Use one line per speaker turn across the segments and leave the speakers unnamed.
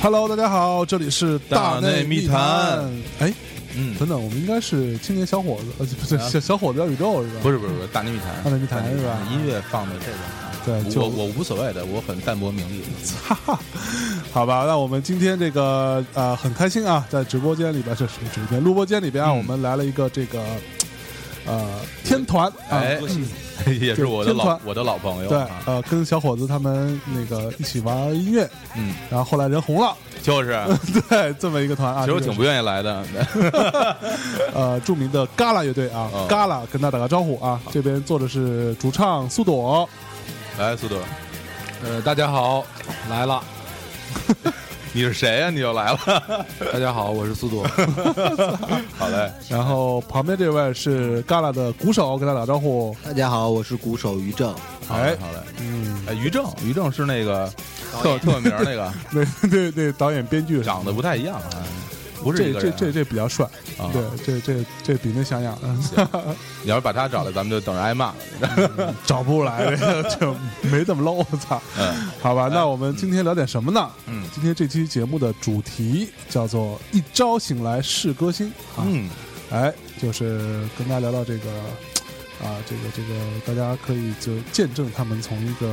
Hello，大家好，这里是
大
内
内密
谈
谈。
哎，
嗯，
等等，我们应该是青年小伙子，呃，不是
啊
小小伙子要宇宙是吧？
不
是，
是不是不是大内密谈，
大内密谈是吧
音乐放的这个，
对，就
我我无所谓的，我很淡泊名利。
哈哈，好吧，那我们今天这个呃很开心啊，在直播间里边，这是直播间录播间里边啊，
嗯
我们来了一个这个呃天团啊，
哎， 也是我的
天
老
团
我的老朋友
对
啊，，
呃跟小伙子他们那个一起玩音乐，
嗯，
然后后来人红了，
就是，
啊对，这么一个团啊，
其实我
这
挺
个
不愿意来的。
呃著名的嘎啦乐队啊
哦，
嘎啦跟大家打个招呼啊，这边坐着是主唱苏朵，
来，苏德，
呃，大家好，来了。
你是谁呀？你就来了。
大家好，我是苏朵。
好嘞，
然后旁边这位是嘎啦的鼓手，跟大家打招呼，
大家好，我是鼓手于正。
好嘞
哎，
好嘞。
嗯，
哎，于正，于正是那个特特有名儿那个，
那 对对，导演编剧
长得不太一样啊，不是一
这
个
这
人。
这这比较帅，
啊，
对，这这这 比那像嗯样，
你要是把他找来，咱们就等着挨骂。
找不来， 这这没怎么露，我操！
嗯
好吧，那我们今天聊点什么呢？
嗯
今天这期节目的主题叫做“一朝醒来是歌星”啊，
嗯，
哎，就是跟大家聊聊这个啊，这个这个，大家可以就见证他们从一个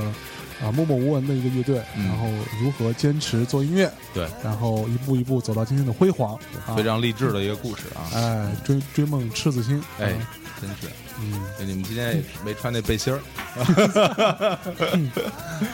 啊默默无闻的一个乐队，
嗯
然后如何坚持做音乐，
对，
然后一步一步走到今天的辉煌啊
非，常励志的一个故事啊。
哎，追追梦赤子心，
哎
啊，
真是。
嗯。
哎你们今天也没穿那背心儿，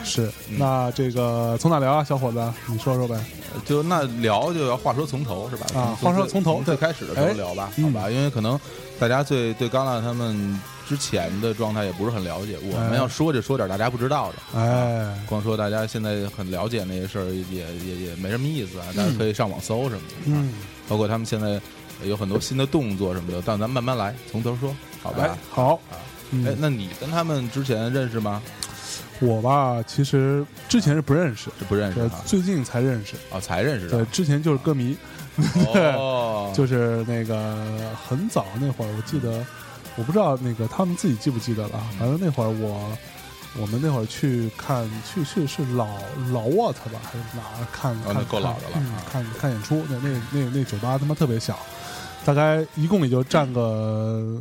是，
嗯
那这个从哪聊啊，小伙子，你说说呗。
就那聊就要话说从头是吧？
啊
从
话说从头对
最开始的时候聊吧，
哎
好吧？因为可能大家对对刚娜他们之前的状态也不是很了解，我们
哎
要说就说点大家不知道的。
哎，
光说大家现在很了解那些事儿，也也也没什么意思啊！大家
嗯
可以上网搜什么的，
嗯，
包括他们现在有很多新的动作什么的，但咱慢慢来，从头说，好
好
吧？
好
啊，哎，
嗯，
那你跟他们之前认识吗？
我吧，其实之前是不认识，
这不认识
呃
啊，
最近才认识。
哦，才认识
对，
的。
之前就是歌迷，
哦，
就是那个很早那会儿，我记得，我不知道那个他们自己记不记得了
嗯
啊，反正那会儿我。我们那会儿去看，去去是老老沃特吧，还是哪儿看？
哦
看
那够老的了
看嗯
啊
看看演出，那那那那酒吧他妈特别小，大概一共也就站个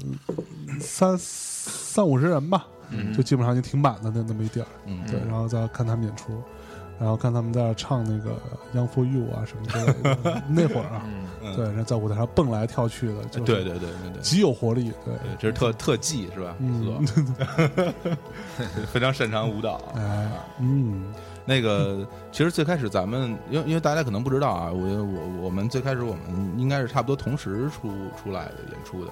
三三五十人吧，就基本上就挺满的那那么一地儿。
嗯，
对，然后再看他们演出，然后看他们在那儿唱那个《Young for You》啊什么之类的。那会儿啊，
嗯
对，然后在舞台上蹦来跳去的，就是
对对对对对。
极有活力。对，
对，这是特特技是吧？
嗯
是吧 非常擅长舞蹈。
哎，嗯，
那个，其实最开始咱们，因为因为大家可能不知道啊，我我我们最开始我们应该是差不多同时出出来的演出的，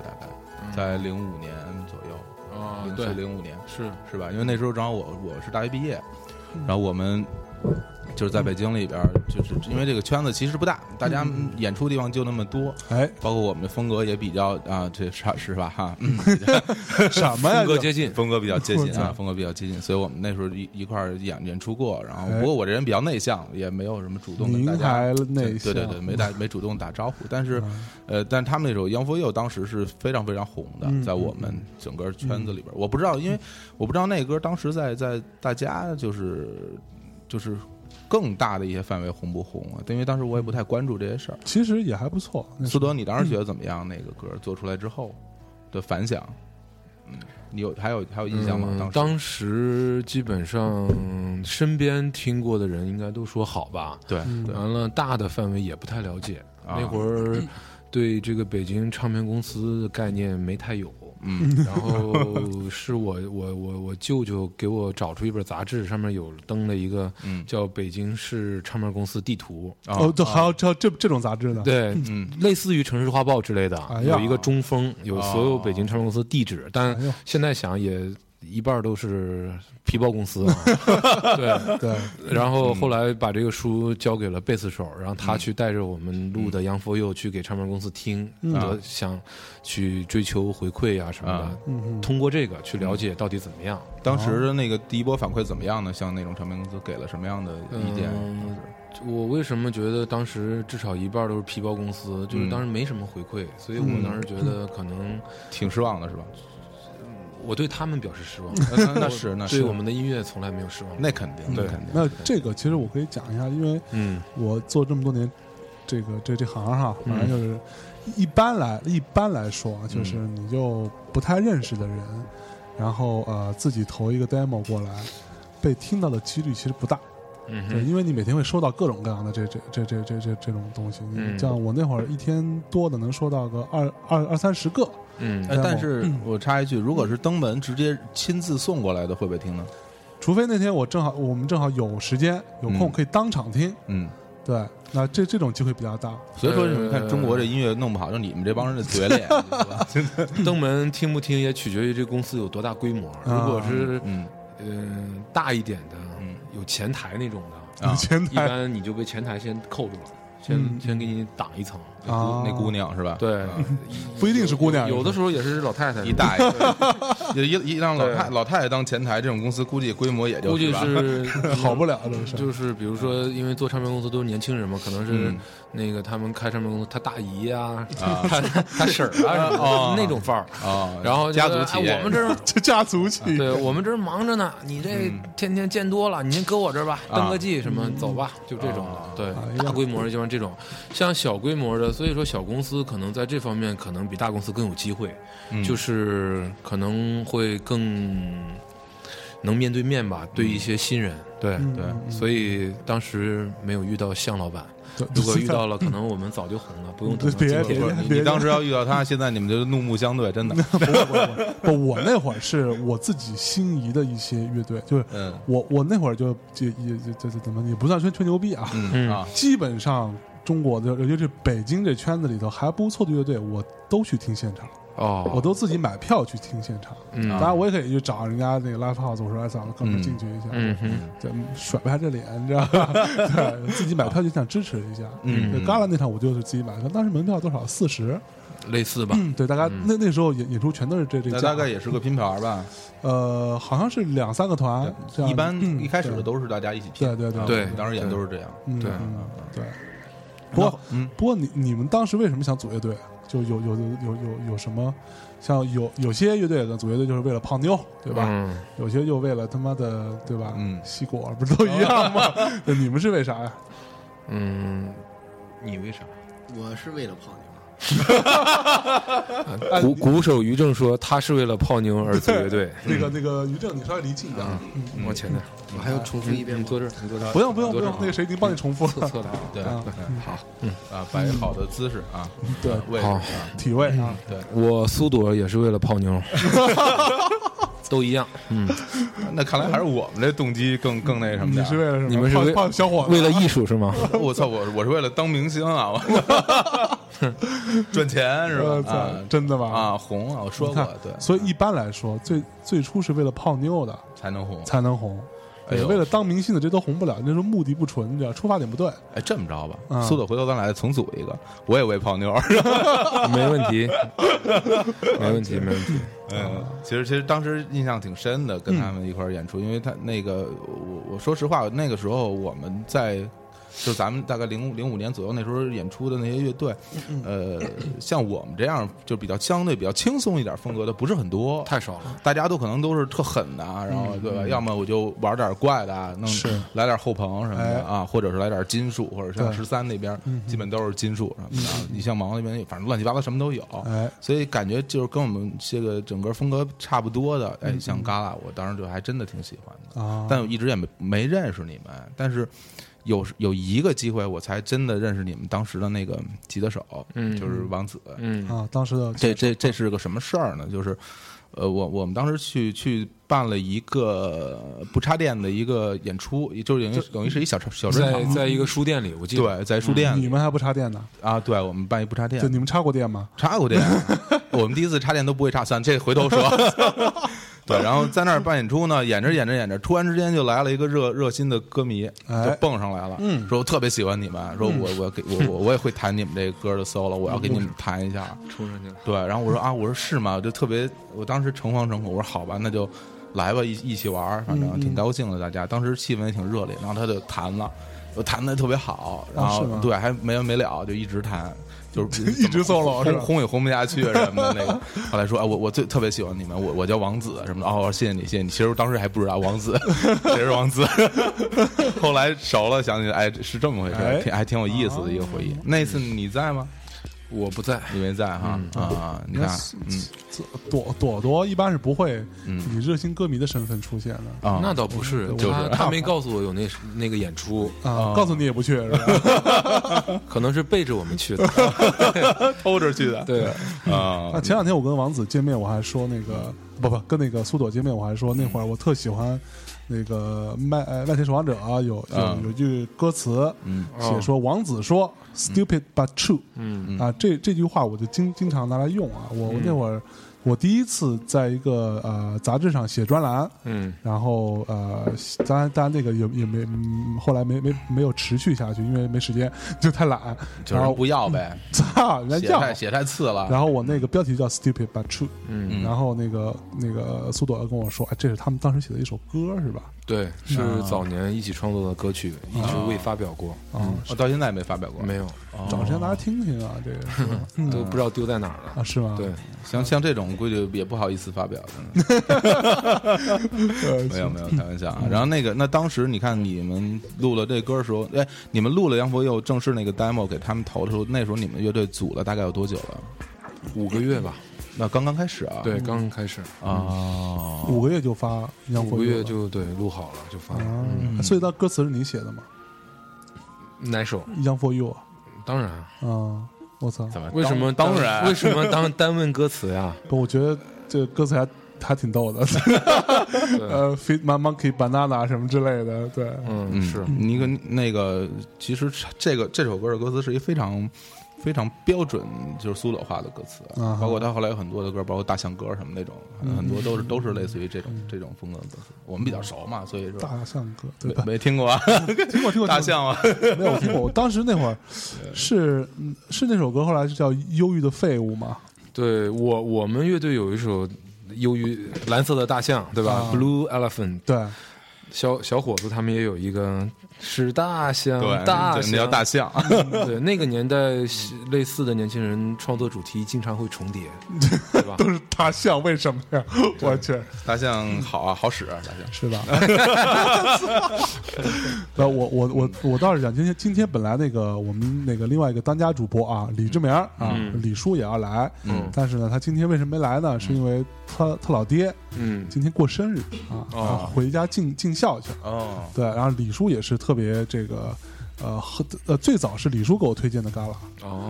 大概在零五年左右，
啊
零四
对，
零五年
是
是吧？因为那时候正好我我是大学毕业，
嗯
然后我们。就是在北京里边儿，就是因为这个圈子其实不大，大
嗯
家演出地方就那么多，
哎，
包括我们的风格也比较啊，这是是吧？哈， 嗯，
什么呀？
风格
这
接近，
风格比较接近
我
啊
操，
风格比较接近，所以我们那时候一一块儿演演出过。然后
哎，
不过我这人比较内向，也没有什么主动跟大
您
家。
还内
对
向，
对对，没打没主动打招呼，但是
嗯，
呃，但他们那首《杨佛佑》当时是非常非常红的
嗯，
在我们整个圈子里边儿，我不知道，因为我不知道那歌当时在在大家就是就是更大的一些范围红不红啊？因为当时我也不太关注这些事儿。
其实也还不错。那
苏
时候
德，你当时觉得怎么样？那个歌做出来之后的反响，嗯，你有还有还有印象吗？
嗯
当时
当时基本上身边听过的人应该都说好吧。
对
嗯
完了，大的范围也不太了解，
啊
那会儿对这个北京唱片公司的概念没 太有。
嗯
然后是我我我我舅舅给我找出一本杂志，上面有登了一个
嗯
叫《北京市唱片公司地图》。
啊
哦，这还有这这这种杂志呢？，
对，
嗯
类似于《城市画报》之类的，
哎呀
有一个中锋，有所有北京唱片公司地址，但
哎呦
现在想也一半都是皮包公 司啊。对，
对，
然后后来把这个书交给了贝斯手，然后他去带着我们录的《Young for You》去给唱片公司听，
嗯
得想去追求回馈啊什么
啊
的，
嗯嗯，
通过这个去了解到底怎么样。
当时
哦
的那个第一波反馈怎么样呢？像那种唱片公司给了什么样的意见？
嗯我为什么觉得当时至少一半都是皮包公司，
嗯
就是当时没什么回馈，所以我当时觉得可能。
挺失望的是吧？
我对他们表示失望，
嗯
那那是那是
呃对我们的音乐从来没有失望。
那肯定，
对
那肯定。
那这个其实我可以讲一下，因为
嗯
我做这么多年，这个这这行哈，反
嗯
正就是一般来一般来说啊，就是
嗯
你就不太认识的人，然后呃自己投一个 demo 过来，被听到的几率其实不大，
嗯
对，
哼
因为你每天会收到各种各样的这这这这这这这种东西，你
嗯
像我那会儿一天多的能收到个二二二三十个，
嗯
哎，但是我插一句，如果是登门直接亲自送过来的，会不会听呢？
除非那天我正好我们正好有时间有空
嗯
可以当场听，
嗯，
对，那这这种机会比较大，
所
呃
以说你们看中国这音乐弄不好，就你们这帮人的嘴脸，对吧
登门听不听也取决于这公司有多大规模。如果是
嗯
嗯大一点的
嗯，
有前台那种的，
啊，
前
一
台
般你就被前台先扣住了，
嗯
先先给你挡一层。
嗯
啊
那姑娘是吧？啊
对，
不一定是姑娘，
有的时候也是老太 太，
一大爷，一一一让老太
对
老太太当前台，这种公司估计规模也就
估计
吧
是
好不了这个事儿
就是比如说，因为做唱片公司都是年轻人嘛，可能是
嗯
那个他们开唱片公司，他大姨啊，
啊
他他婶儿啊什
哦
么的那种范儿。
啊，
然后就
家族
说
企业，
哎我们这儿
这家族企业
对我们这儿忙着呢，你这天天见多了，你先搁我这儿吧，
啊
登个记什么，走吧，就这种
啊
的。对
哎，呀
大规模的就像这种，像小规模的，所以说小公司可能在这方面可能比大公司更有机会，
嗯
就是可能会更能面对面吧，对一些新人，对。
嗯
对
嗯
所以当时没有遇到向老板，
对
如果遇到了，可能我们早就红了，不用等到
嗯别
今天。
不是你
别
你当时要遇到他，现在你们就怒目相对，真的。
不不不 不，我那会儿是我自己心仪的一些乐队，就是
嗯
我我那会儿就就也就就就怎么也不算吹吹牛逼啊，
嗯啊，
基本上中国的尤其是北京这圈子里头还不错的乐队，我都去听现场，
哦，
我都自己买票去听现场。
嗯
啊
当然，我也可以去找人家那个 live house，我说哎，咱们哥们儿
嗯
进去一下，
嗯哼
对，甩不下这脸，你知道吧？ 对，自己买票就想支持一下。
嗯
对，旮旯那场我就是自己买的，当时门票多少？四十。嗯
类似吧，
对，大概
嗯
那那时候演演出全都是这这
那
价
大概也是个拼盘吧，
呃，好像是两三个团，这样
一般
嗯
一开始的
对
都是大家一起拼
对，对对
啊
对
当时演都是这样。
嗯
对
嗯对。不过
嗯
不过你你们当时为什么想组乐队？就有有有有有有什么？像有有些乐队的组乐队就是为了泡妞，对吧？
嗯
有些就为了他妈的，对吧？
嗯
吸果不是都一样吗？对你们是为啥呀？
嗯，你为啥？
我是为了泡妞，
啊
鼓鼓手于正说，他是为了泡妞而组乐队。
那个那个于正，你稍微离近一点。
往前点，
我还要重复一遍
你
吗？
坐这儿，你坐这儿，
不用不用不
多嗯
用
少，
那个谁已经帮你重复了。
侧来。
对，
啊
对好啊，摆好的姿势啊，
对，
位置啊，
体位啊，
我苏朵也是为了泡妞， 都一样。嗯，
那看来还是我们这动机更更那什么
你
点
是
儿。
为了什么？
你们是为
泡泡小伙子
为了艺术是吗？
我操，我我是为了当明星 啊，我赚钱是
我
吧？
呃操
啊，
真的吗？
啊，红啊，我说
你
过
看，
对，
所以一般来说，最最初是为了泡妞的
才能红。
才能红，
哎呦
为了当明星的这都红不了，那时候目的不纯，你知道，出发点不对。
哎，这么着吧，
嗯
苏朵，回头咱俩再重组一个，我也为泡妞。
没问题，没问题，没问题。
嗯，其实其实当时印象挺深的，跟他们一块儿演出，因为他那个我我说实话，那个时候我们在就咱们大概零零五年左右那时候演出的那些乐队，
嗯
呃，像我们这样就比较相对比较轻松一点风格的不是很多，
太少了，
大家都可能都是特狠的啊，然后对吧？要么我就玩点怪的啊，弄
嗯是
来点后朋什么
哎
的啊，或者是来点金属，或者像
对嗯
十三那边基本都是金属什么的啊。你像毛那边，反正乱七八糟什么都有。
哎，
所以感觉就是跟我们这个整个风格差不多的，哎，像旮旯，我当时就还真的挺喜欢的，
嗯啊，
但我一直也没没认识你们，但是有有一个机会，我才真的认识你们当时的那个吉他手，
嗯
就是王子，
嗯
啊，当时的
这这这是个什么事儿呢？就是，呃，我我们当时去去办了一个不插电的一个演出，就是等于等于是一小小专
在
场，
在一个书店里，我记得
对，在书店
嗯你
里
们还不插电呢？
啊，对我们办一不插电
就，你们插过电吗？
插过电，我们第一次插电都不会插三，这回头说。 对，然后在那儿办演出呢，演着演着演着，突然之间就来了一个热热心的歌迷，
哎嗯
就蹦上来了，说我特别喜欢你们，说我我给我我我也会弹你们这歌的 solo，我要
嗯
给你们弹一下。
冲上去了。
对，然后我说啊，我说是吗？我就特别，我当时诚惶诚恐，我说好吧，那就
嗯
来吧，一一起玩儿，反正挺高兴的，大家当时气氛也挺热烈。然后他就弹了，我弹的特别好，然
啊
后、
是吗
对还没完没了，就一直弹，就是
一直 solo 是
轰
吧
轰也轰不下去什么的那个。后来说啊，我我最特别喜欢你们，我我叫王子什么的，哦，谢谢你，谢谢你。其实当时还不知道王子 谁是王子， 后来熟了想起来，哎，是这么回事
哎哦
儿，挺还挺有意思的一个回忆。那次你在吗？
我不在，
你没在哈啊？你看，嗯
朵朵朵一般是不会
嗯
以热心歌迷的身份出现的
啊，
那倒不是，
嗯就
就
是
他他没告诉我有那那个演出，
啊，告诉你也不去是吧？
可能是背着我们去的。
偷着去的
啊对，
啊
那前两天我跟王子见面，我还说那个不不跟那个苏朵见面，我还说那会儿我特喜欢那个麦呃麦田守望者啊有有
嗯
有句歌词
嗯
写说王子说 stupid but true，
嗯，
啊，这这句话我就经经常拿来用啊。我我
嗯
那会儿，我第一次在一个呃杂志上写专栏，
嗯，
然后呃，当然当然那个也也没、嗯后来没没没有持续下去，因为没时间，就太懒，
就是
然
人
后
不要呗，
操人
血
家
太
要。
血太次了。
然后我那个标题叫 “Stupid but True”，
啊嗯
然后那个那个苏朵跟我说，哎，这是他们当时写的一首歌，是吧？
对，是早年一起创作的歌曲，一直未发表过，
啊，
我到现在也没发表过，
没有，
找时间大家听听啊，这个 是吧
都不知道丢在哪儿了。
啊，是吗？
哦对，
像像这种估计也不好意思发表，真的
对，
没有没有开玩笑啊。然后那个那当时你看你们录了这歌的时候，哎，你们录了杨佛佑正式那个 demo 给他们投的时候，那时候你们乐队组了大概有多久了？
五个月吧，嗯
那刚刚开始啊？
对，刚刚开始，
啊，
五个月就发《
五个月就嗯对录好了就发了。
啊，所以那歌词是你写的吗
哪首？
？Young for you 啊
嗯当然，
啊，我操！
怎么？
为什么
当
单
当然
为什么当单问歌词呀？
不，我觉得这歌词还还挺逗的， 呃，feed my monkey banana 什么之类的，对，
嗯，
嗯，
是
你跟那个，其实这个这首歌的歌词是一非常非常标准，就是苏朵化的歌词，
啊哈
包括他后来有很多的歌，包括大象歌什么那种，很多都是都是类似于这种这种风格的歌词。我们比较熟嘛，所以说
大象歌，对
没
吧？
没听过啊，
听过听 过，
大象啊，
听 过没有我听过？我当时那会儿是嗯是那首歌，后来是叫《忧郁的废物》嘛，
对我我们乐队有一首《忧郁蓝色的大象》，对吧
啊
？Blue Elephant，
对，
小小伙子他们也有一个是大象，
对，
嗯大
对
象，
你叫大象，
对，那个年代类似的年轻人创作主题经常会重叠，对吧？
是大象，为什么呀？我去，
大象好啊，好使啊，大象。
是吧？呃，我我我我倒是想，今天今天本来那个我们那个另外一个当家主播啊，李志明儿啊，李叔也要来，
嗯
但是呢，他今天为什么没来呢？是因为他他老爹
嗯，
今天过生日啊，
哦
回家尽尽孝去了。
哦，
对，然后李叔也是特别这个，呃，和呃最早是李叔给我推荐的旮旯、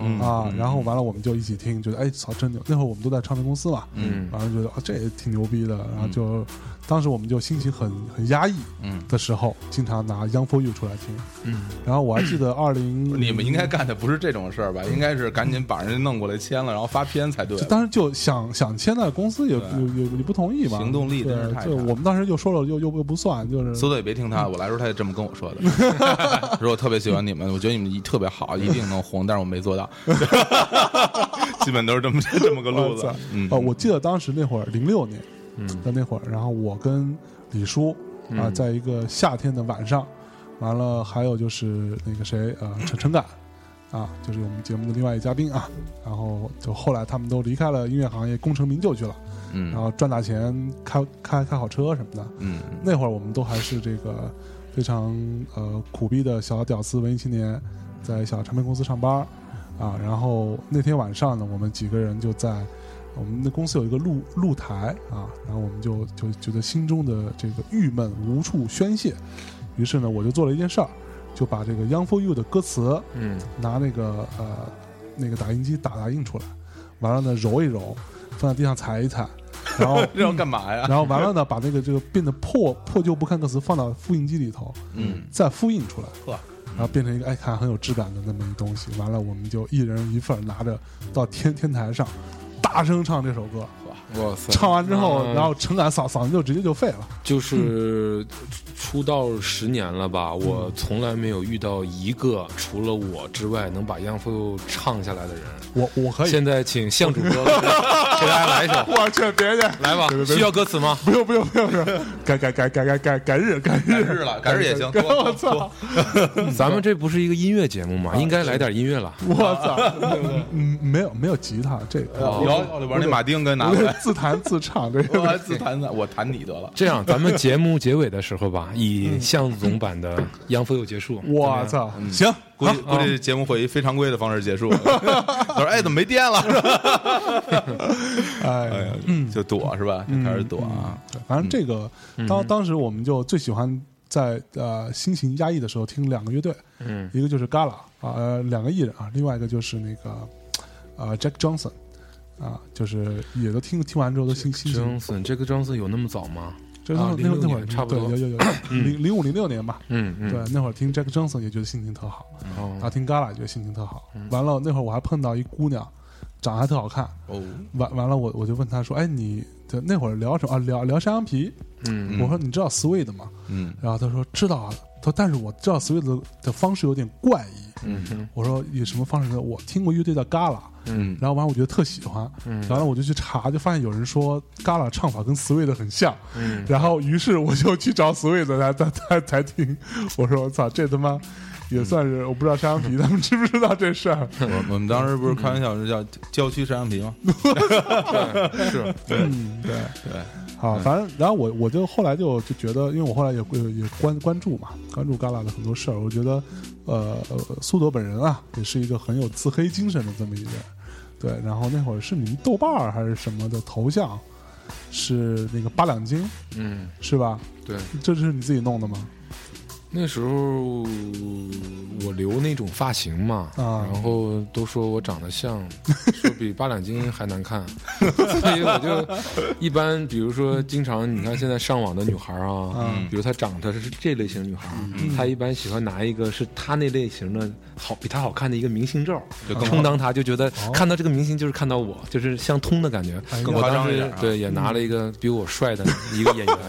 嗯
哦，
啊，然后完了我们就一起听，觉得哎操真牛，那会儿我们都在唱片公司嘛，
嗯
然后觉得啊这也挺牛逼的，然后就、当时我们就心情很很压抑
嗯
的时候，经常拿 Young for You 出来听，嗯，然后我还记得二零
你们应该干的不是这种事儿吧？应该是赶紧把人家弄过来签了，然后发片才对
就。当时就想想签的公司也
对
也也也不同意嘛，
行动力
对
真是太
就
强
我们当时又说了又又又不算，就是
苏朵也别听他，我来时候他也这么跟我说的， 说我特别喜欢你们，我觉得你们特别 好，一定能红，但是我没 做到，基本都是这么这么个路子
哇塞。
嗯，
呃，我记得当时那会儿零六年的那会儿，然后我跟李叔
嗯
啊、在一个夏天的晚上，完了还有就是那个谁呃陈陈敢啊，就是我们节目的另外一嘉宾啊，然后就后来他们都离开了音乐行业，功成名就去了，然
嗯
后赚大钱，开开开好车什么的。
嗯
那会儿我们都还是这个非常呃苦逼的小屌丝文艺青年，在小唱片公司上班儿啊。然后那天晚上呢，我们几个人就在我们的公司有一个露露台啊，然后我们就就觉得心中的这个郁闷无处宣泄，于是呢，我就做了一件事儿，就把这个《Young for You》的歌词
嗯，
拿那个呃那个打印机打打印出来，完了呢揉一揉，放在地上踩一踩，然后。
这要干嘛 呀？
然后完了呢，把那个这个变得破破旧不堪歌词放到复印机里头，
嗯，
再复印出来，
呵，
然后变成一个哎看很有质感的那么一东西。完了，我们就一人一份儿拿着到天天台上，大声唱这首歌。
哇塞，
唱完之后，
嗯
然后陈敢嗓嗓子就直接就废了。
就是出出道十年了吧，
嗯
我从来没有遇到一个除了我之外能把《Young Fu》唱下来的人。
我我可以，
现在请向主播 给大家来一首，
我去，别去，
来吧，需要歌词吗？
不用不用不用，不用改改改改改改改日改
改
日
日了，改日也行。多
我
多
操
多！
嗯
咱们这不是一个音乐节目
啊
吗？应该来点音乐了。
我操！哦嗯， 没有没有吉他这个，
有里边那马丁给拿
我
过
得
来，
自弹自唱这个。
我还自弹的，我弹你得了。
这样，咱们节目结尾的时 候吧，以向总版的《杨福又》结束。
我操！
行，估计估计节目会以非常规的方式结束。 他说：“哎，怎么没电 了
哎？”呀
哎，呀， 就躲是吧？就开始躲啊。
反正这个
嗯
当当时我们就最喜欢在呃心情压抑的时候听两个乐队，
嗯，
一个就是 Gala 啊、呃两个艺人啊，另外一个就是那个呃 Jack Johnson 啊，就是也都听听完之后都心心情，
Johnson，这个 Johnson 有那么早吗？
这那会儿那会儿
06
那会儿
啊年差不多
对有有有零零五零六年吧，
嗯
对，那会儿听 Jack Johnson 也觉得心情特好，然后
哦，
听 Gala 也觉得心情特好，
嗯
完了那会儿我还碰到一姑娘，长得还特好看，
哦，
完完了我我就问她说，哎你对那会儿聊什么啊聊聊山羊皮，
嗯，
我说你知道 Swede 吗？
嗯
然后他说知道啊，他说但是我知道 Swede 的的方式有点怪异。
嗯哼，
我说以什么方式呢？我听过乐队叫 Gala，
嗯，
然后完了我觉得特喜欢，
嗯
然后我就去查，就发现有人说 Gala 唱法跟 Swede 很像，
嗯
然后于是我就去找 Swede 来才才才听。我说我操，这他妈也算是我不知道山羊皮他们知不知道这事儿。
我我们当时不是开玩笑是叫郊区山羊皮 吗？是，对
嗯，对。
对，
啊，反正然后我我就后来就就觉得，因为我后来也也也关关注嘛，关注 Gala 的很多事儿，我觉得，呃，呃苏德本人啊，也是一个很有自黑精神的这么一个人，对。然后那会儿是你们豆瓣儿还是什么的头像，是那个八两金
嗯，
是吧？
对。
这是你自己弄的吗？
那时候我留那种发型嘛，
啊
然后都说我长得像， 说比八两金还难看， 所以我就一般，比如说经常你看现在上网的女孩啊，
啊，
比如她长得是这类型女孩，
嗯
她一般喜欢拿一个是她那类型的好比她好看的一个明星照，
就更
充当她，就觉得看到这个明星就是看到我，就是相通的感觉。
哎呀
哦更
我
夸
当
张一点
时
啊。
对也拿了一个比我帅的一个演员，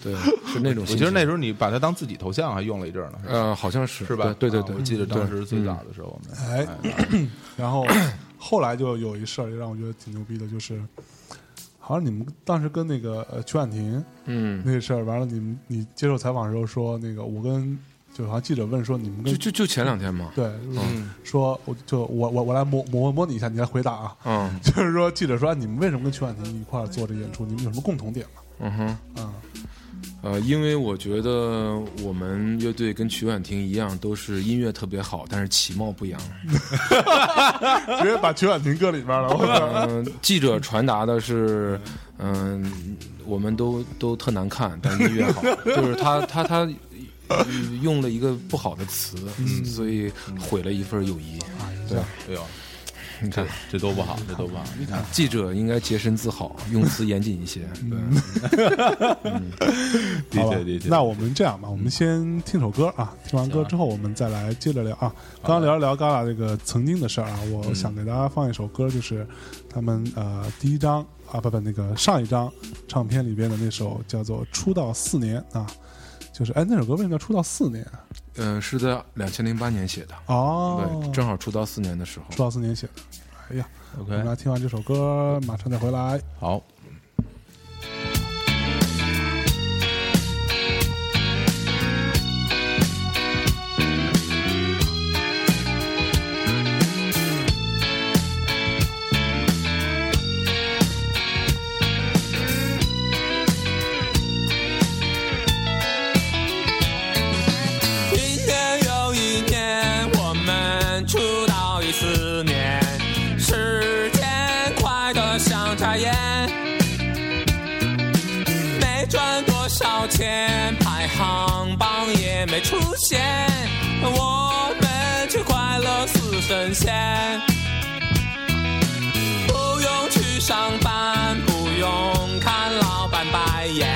对，是那种
我
心情。
记得那时候你把它当自己头像还用了一阵儿呢，是吧
呃，好像是
是吧？
对对
啊
对
我
对，
记得
对
当时
嗯
最早的时候，我们
哎， 然后后来就有一事儿让我觉得挺牛逼的，就是好像你们当时跟那个呃曲婉婷，
嗯，
那事儿完了，你们你接受采访的时候说那个，我跟就好像记者问说你们
就
跟
就就前两天嘛，
对、
嗯
说我就我我我来模模模拟一下，你来回答啊，
嗯
就是说记者说、啊、你们为什么跟曲婉婷一块儿做这演出，你们有什么共同点吗？
嗯哼，
啊、
呃，因为我觉得我们乐队跟曲婉婷一样，都是音乐特别好，但是其貌 不扬。
直接把曲婉婷搁里边了，我操！
嗯、记者传达的是，嗯、我们都都特难看，但 音乐好，就是他他他。呃用了一个不好的词，
嗯
所以毁了一份友谊。
对，
哎呦，
你看，
这多不好，这多不好！你看，
记者应该洁身自好，用词严谨一些。对，
嗯
好吧
的确的确，
那我们这样吧，我们先听首歌啊，听完歌之后我们再来接着聊啊。刚刚聊了聊 Gala 这个曾经的事儿啊，我想给大家放一首歌，就是他们呃第一张啊不不那个上一张唱片里边的那首叫做《出道四年》啊，就是哎那首歌为什么叫出道四年？
呃，是在两千零八年写的。
哦，
对，正好出道四年的时候。
出道四年写的。哎呀，我们
OK，
来听完这首歌，马上再回来。
好，
今天又一年，我们出道已四年，时间快得像眨眼，没赚多少钱，排行榜也没出现，我们却快乐似神仙。不用去上班，不用看老板白眼，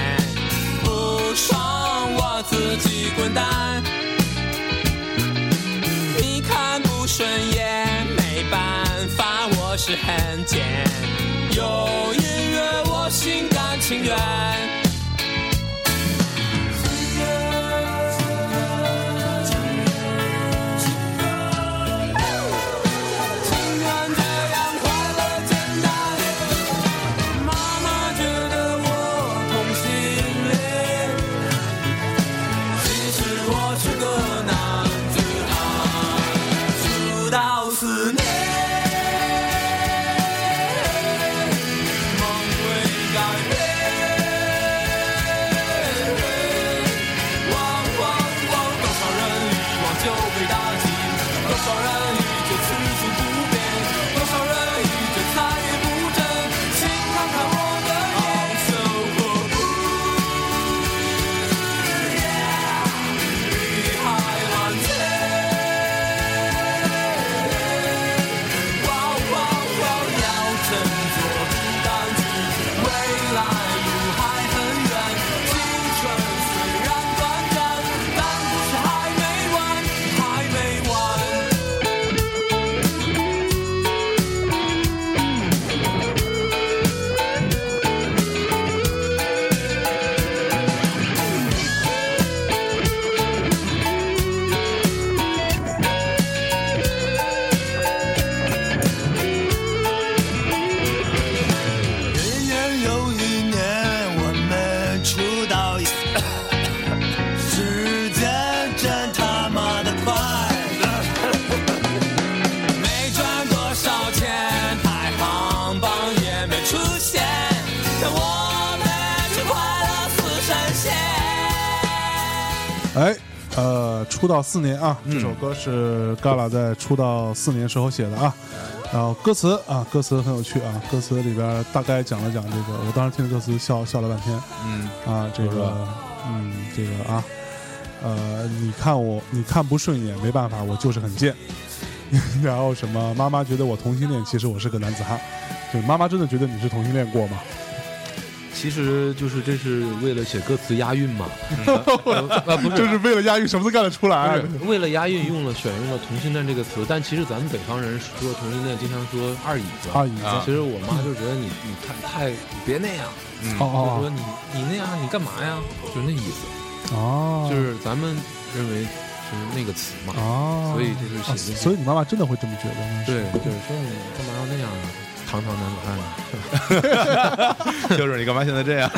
不爽我自己滚蛋。你看不顺眼，没办法，我是很贱。有音乐我心甘情愿。四月
哎呃出道四年啊，
嗯
这首歌是 Gala 在出道四年时候写的啊。然后歌词啊，歌词很有趣啊，歌词里边大概讲了讲这个，我当时听着歌词笑笑了半天
嗯
啊，这
是
个
吧
嗯，这个啊，呃，你看我，你看不顺眼，没办法，我就是很贱。 然后什么，妈妈觉得我同性恋，其实我是个男子汉。对，妈妈真的觉得你是同性恋过吗？
其实就是这是为了写歌词押韵 嘛，呃呃不。
啊就是 是为了押韵，什么都干得出来啊。
不是为了押韵用了选用了同性恋这个词，但其实咱们北方人说同性恋经常说二椅子，
二椅子，
啊
其实我妈就觉得你你太太你别那样，
嗯
哦
就
哦
说你你那样你干嘛呀？就那意思，
哦，
就是咱们认为是那个词嘛，
哦，
所以就是写
啊
这个
所以你妈妈真的会这么觉得吗？
对，就是说你干嘛要那样啊？堂堂男子汉啊，
就是你干嘛现在这样？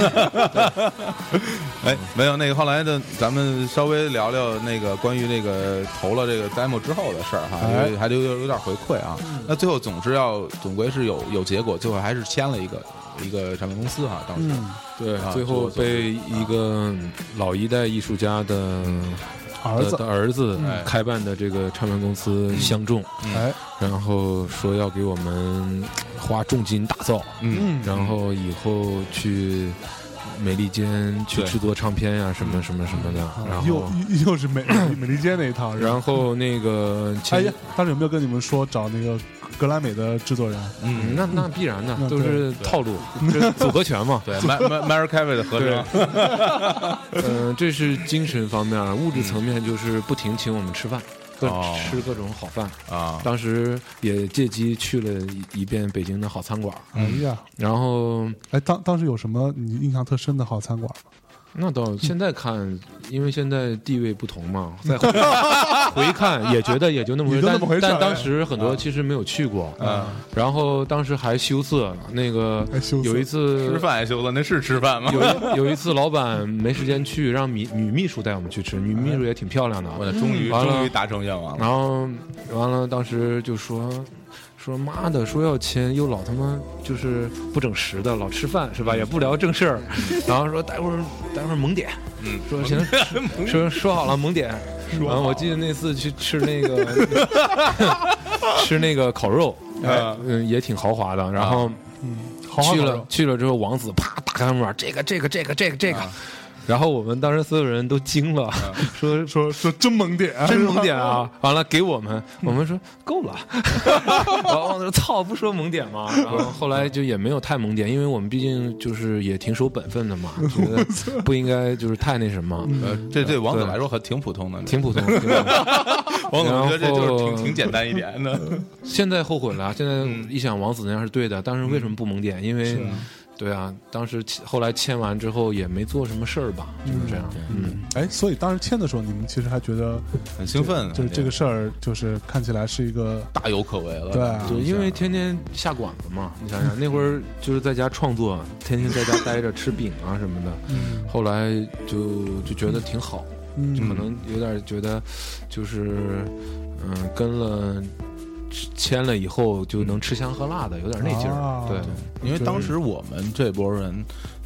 哎，没有那个后来的，咱们稍微聊聊那个关于那个投了这个 demo 之后的事儿哈，
哎
因为还留有有点回馈啊。那最后总是要总归是有有结果，最后还是签了一个一个唱片公司哈，当时。
嗯，
对
啊
最后被一个老一代艺术家的
儿
的
子
的，儿子
哎
开办的这个唱片公司相中，
嗯
哎，
然后说要给我们花重金打造，
嗯
嗯，
然后以后去美利坚去
对
制作唱片呀、什
嗯
么什么什么的，
啊
然
哦又
后
又 是美美利坚那一套，后。
然后那个其
哎
实
呀，当时有没有跟你们说找那个格莱美的制作人？
嗯，
那那必然的
那，
都是
对嗯
套路，这组合拳嘛。
对，Mar Mar Mary Carey 的合唱，
嗯、这是精神方面，物质层面就是不停请我们吃饭，各
嗯哦
吃各种好饭。
啊，
当时也借机去了一一遍北京的好餐馆，
哎呀，
然后
哎，当当时有什么你印象特深的好餐馆吗？
那到现在看，因为现在地位不同 嘛，再回回看也觉得也就那么回
也
事，
就那
但
么回事儿哎啊
但当时很多其实没有去过，
嗯，
然后当时还羞涩，那个
还羞涩
有一次
吃饭也休了，那是吃饭吗？
有一有一次老板没时间去，让女女秘书带我们去吃，女秘书也挺漂亮的。
我的终于
嗯完了
终于达成愿望了，
然后完了，当时就说说妈的，说要签又老他妈就是不整时的，老吃饭是吧？也不聊正事儿，然后说待会儿待会儿猛点，
嗯，
说行，说说好了猛点。然后我记得那次去吃那个吃那个烤肉，哎
啊，
嗯，也挺豪华的。然后
好好
去
好
了去了之后，王子啪打开门，这个这个这个这个这个，然后我们当时所有人都惊了， 说
说说真猛点，
真猛点啊！ 完了给我们，我们说够了， 然后王子说操，不说猛点吗？然后后来就也没有太猛点，因为我们毕竟就是也挺守本分的 嘛，觉得不应该就是太那什么，
呃，这对王总来说很挺普通的，
挺 普通。挺普通
王总觉得这就是
然后
挺挺简单一点的，
现在后悔了，啊现在一想王子那样是对的，当时为什么不猛点？因为，对啊，当时签后来签完之后也没做什么事儿吧，就是这样。嗯，哎
哎，所以当时签的时候，你们其实还觉得
很兴奋，啊
就是这个事儿，就是看起来是一个
大有可为了，
对啊
呃对，因为天天下馆子嘛，你想想那会儿就是在家创作，天天在家待着吃饼啊什么的，
嗯
后来就就觉得挺好，就可
嗯
能有点觉得，就是嗯、跟了签了以后就能吃香喝辣的，有点那劲
啊
儿，对。
因为当时我们这波人，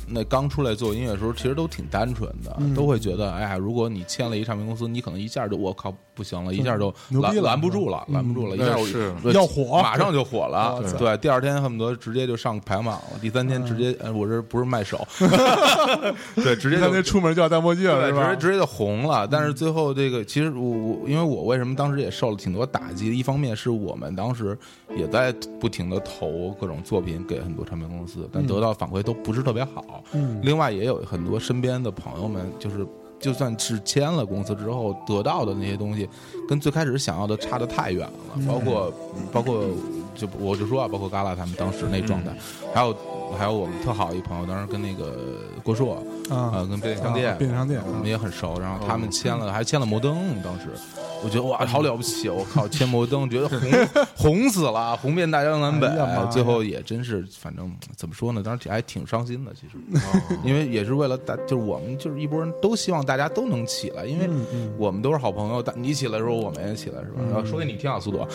那刚出来做音乐的时候，其实都挺单纯的，
嗯
都会觉得，哎呀，如果你签了一唱片公司，你可能一下就我靠不行了，一下就
牛
拦
逼了
拦不住了，
嗯
拦不住了，一下我
是
我
要火
马上就火了
哇塞，
对，第二天恨不得直接就上排行榜了，第三天直接，呃我这不是卖手， 对，直接
那嗯天
就
出门就要戴墨镜
对，
是
直
吧嗯
接？直接就红了。但是最后这个，其实我我因为我为什么当时也受了挺多打击，一方面是我们当时也在不停的投各种作品给很多唱片公司，但得到反馈都不是特别好。
嗯
另外也有很多身边的朋友们，就是就算是签了公司之后得到的那些东西，跟最开始想要的差的太远
嗯
了，包括包括就我就说啊，包括嘎啦他们当时那状态，
嗯
还有还有我们特好一朋友，当时跟那个郭硕。啊，
啊，
跟便利商店
啊，哦便利商店
我们也很熟。然后他们签了，还签了摩登，当时我觉得哇，好了不 起！我靠，签摩登，觉得红红死了，红遍大江南北
哎呀妈呀。
最后也真是，反正怎么说呢，当时还挺伤心的，其实，
哦
因为也是为了大，就是我们就是一拨人都希望大家都能起来，因为
嗯嗯
我们都是好啊朋友。但你起来的时候，我们也起来，是吧？然后说给你听啊，苏朵，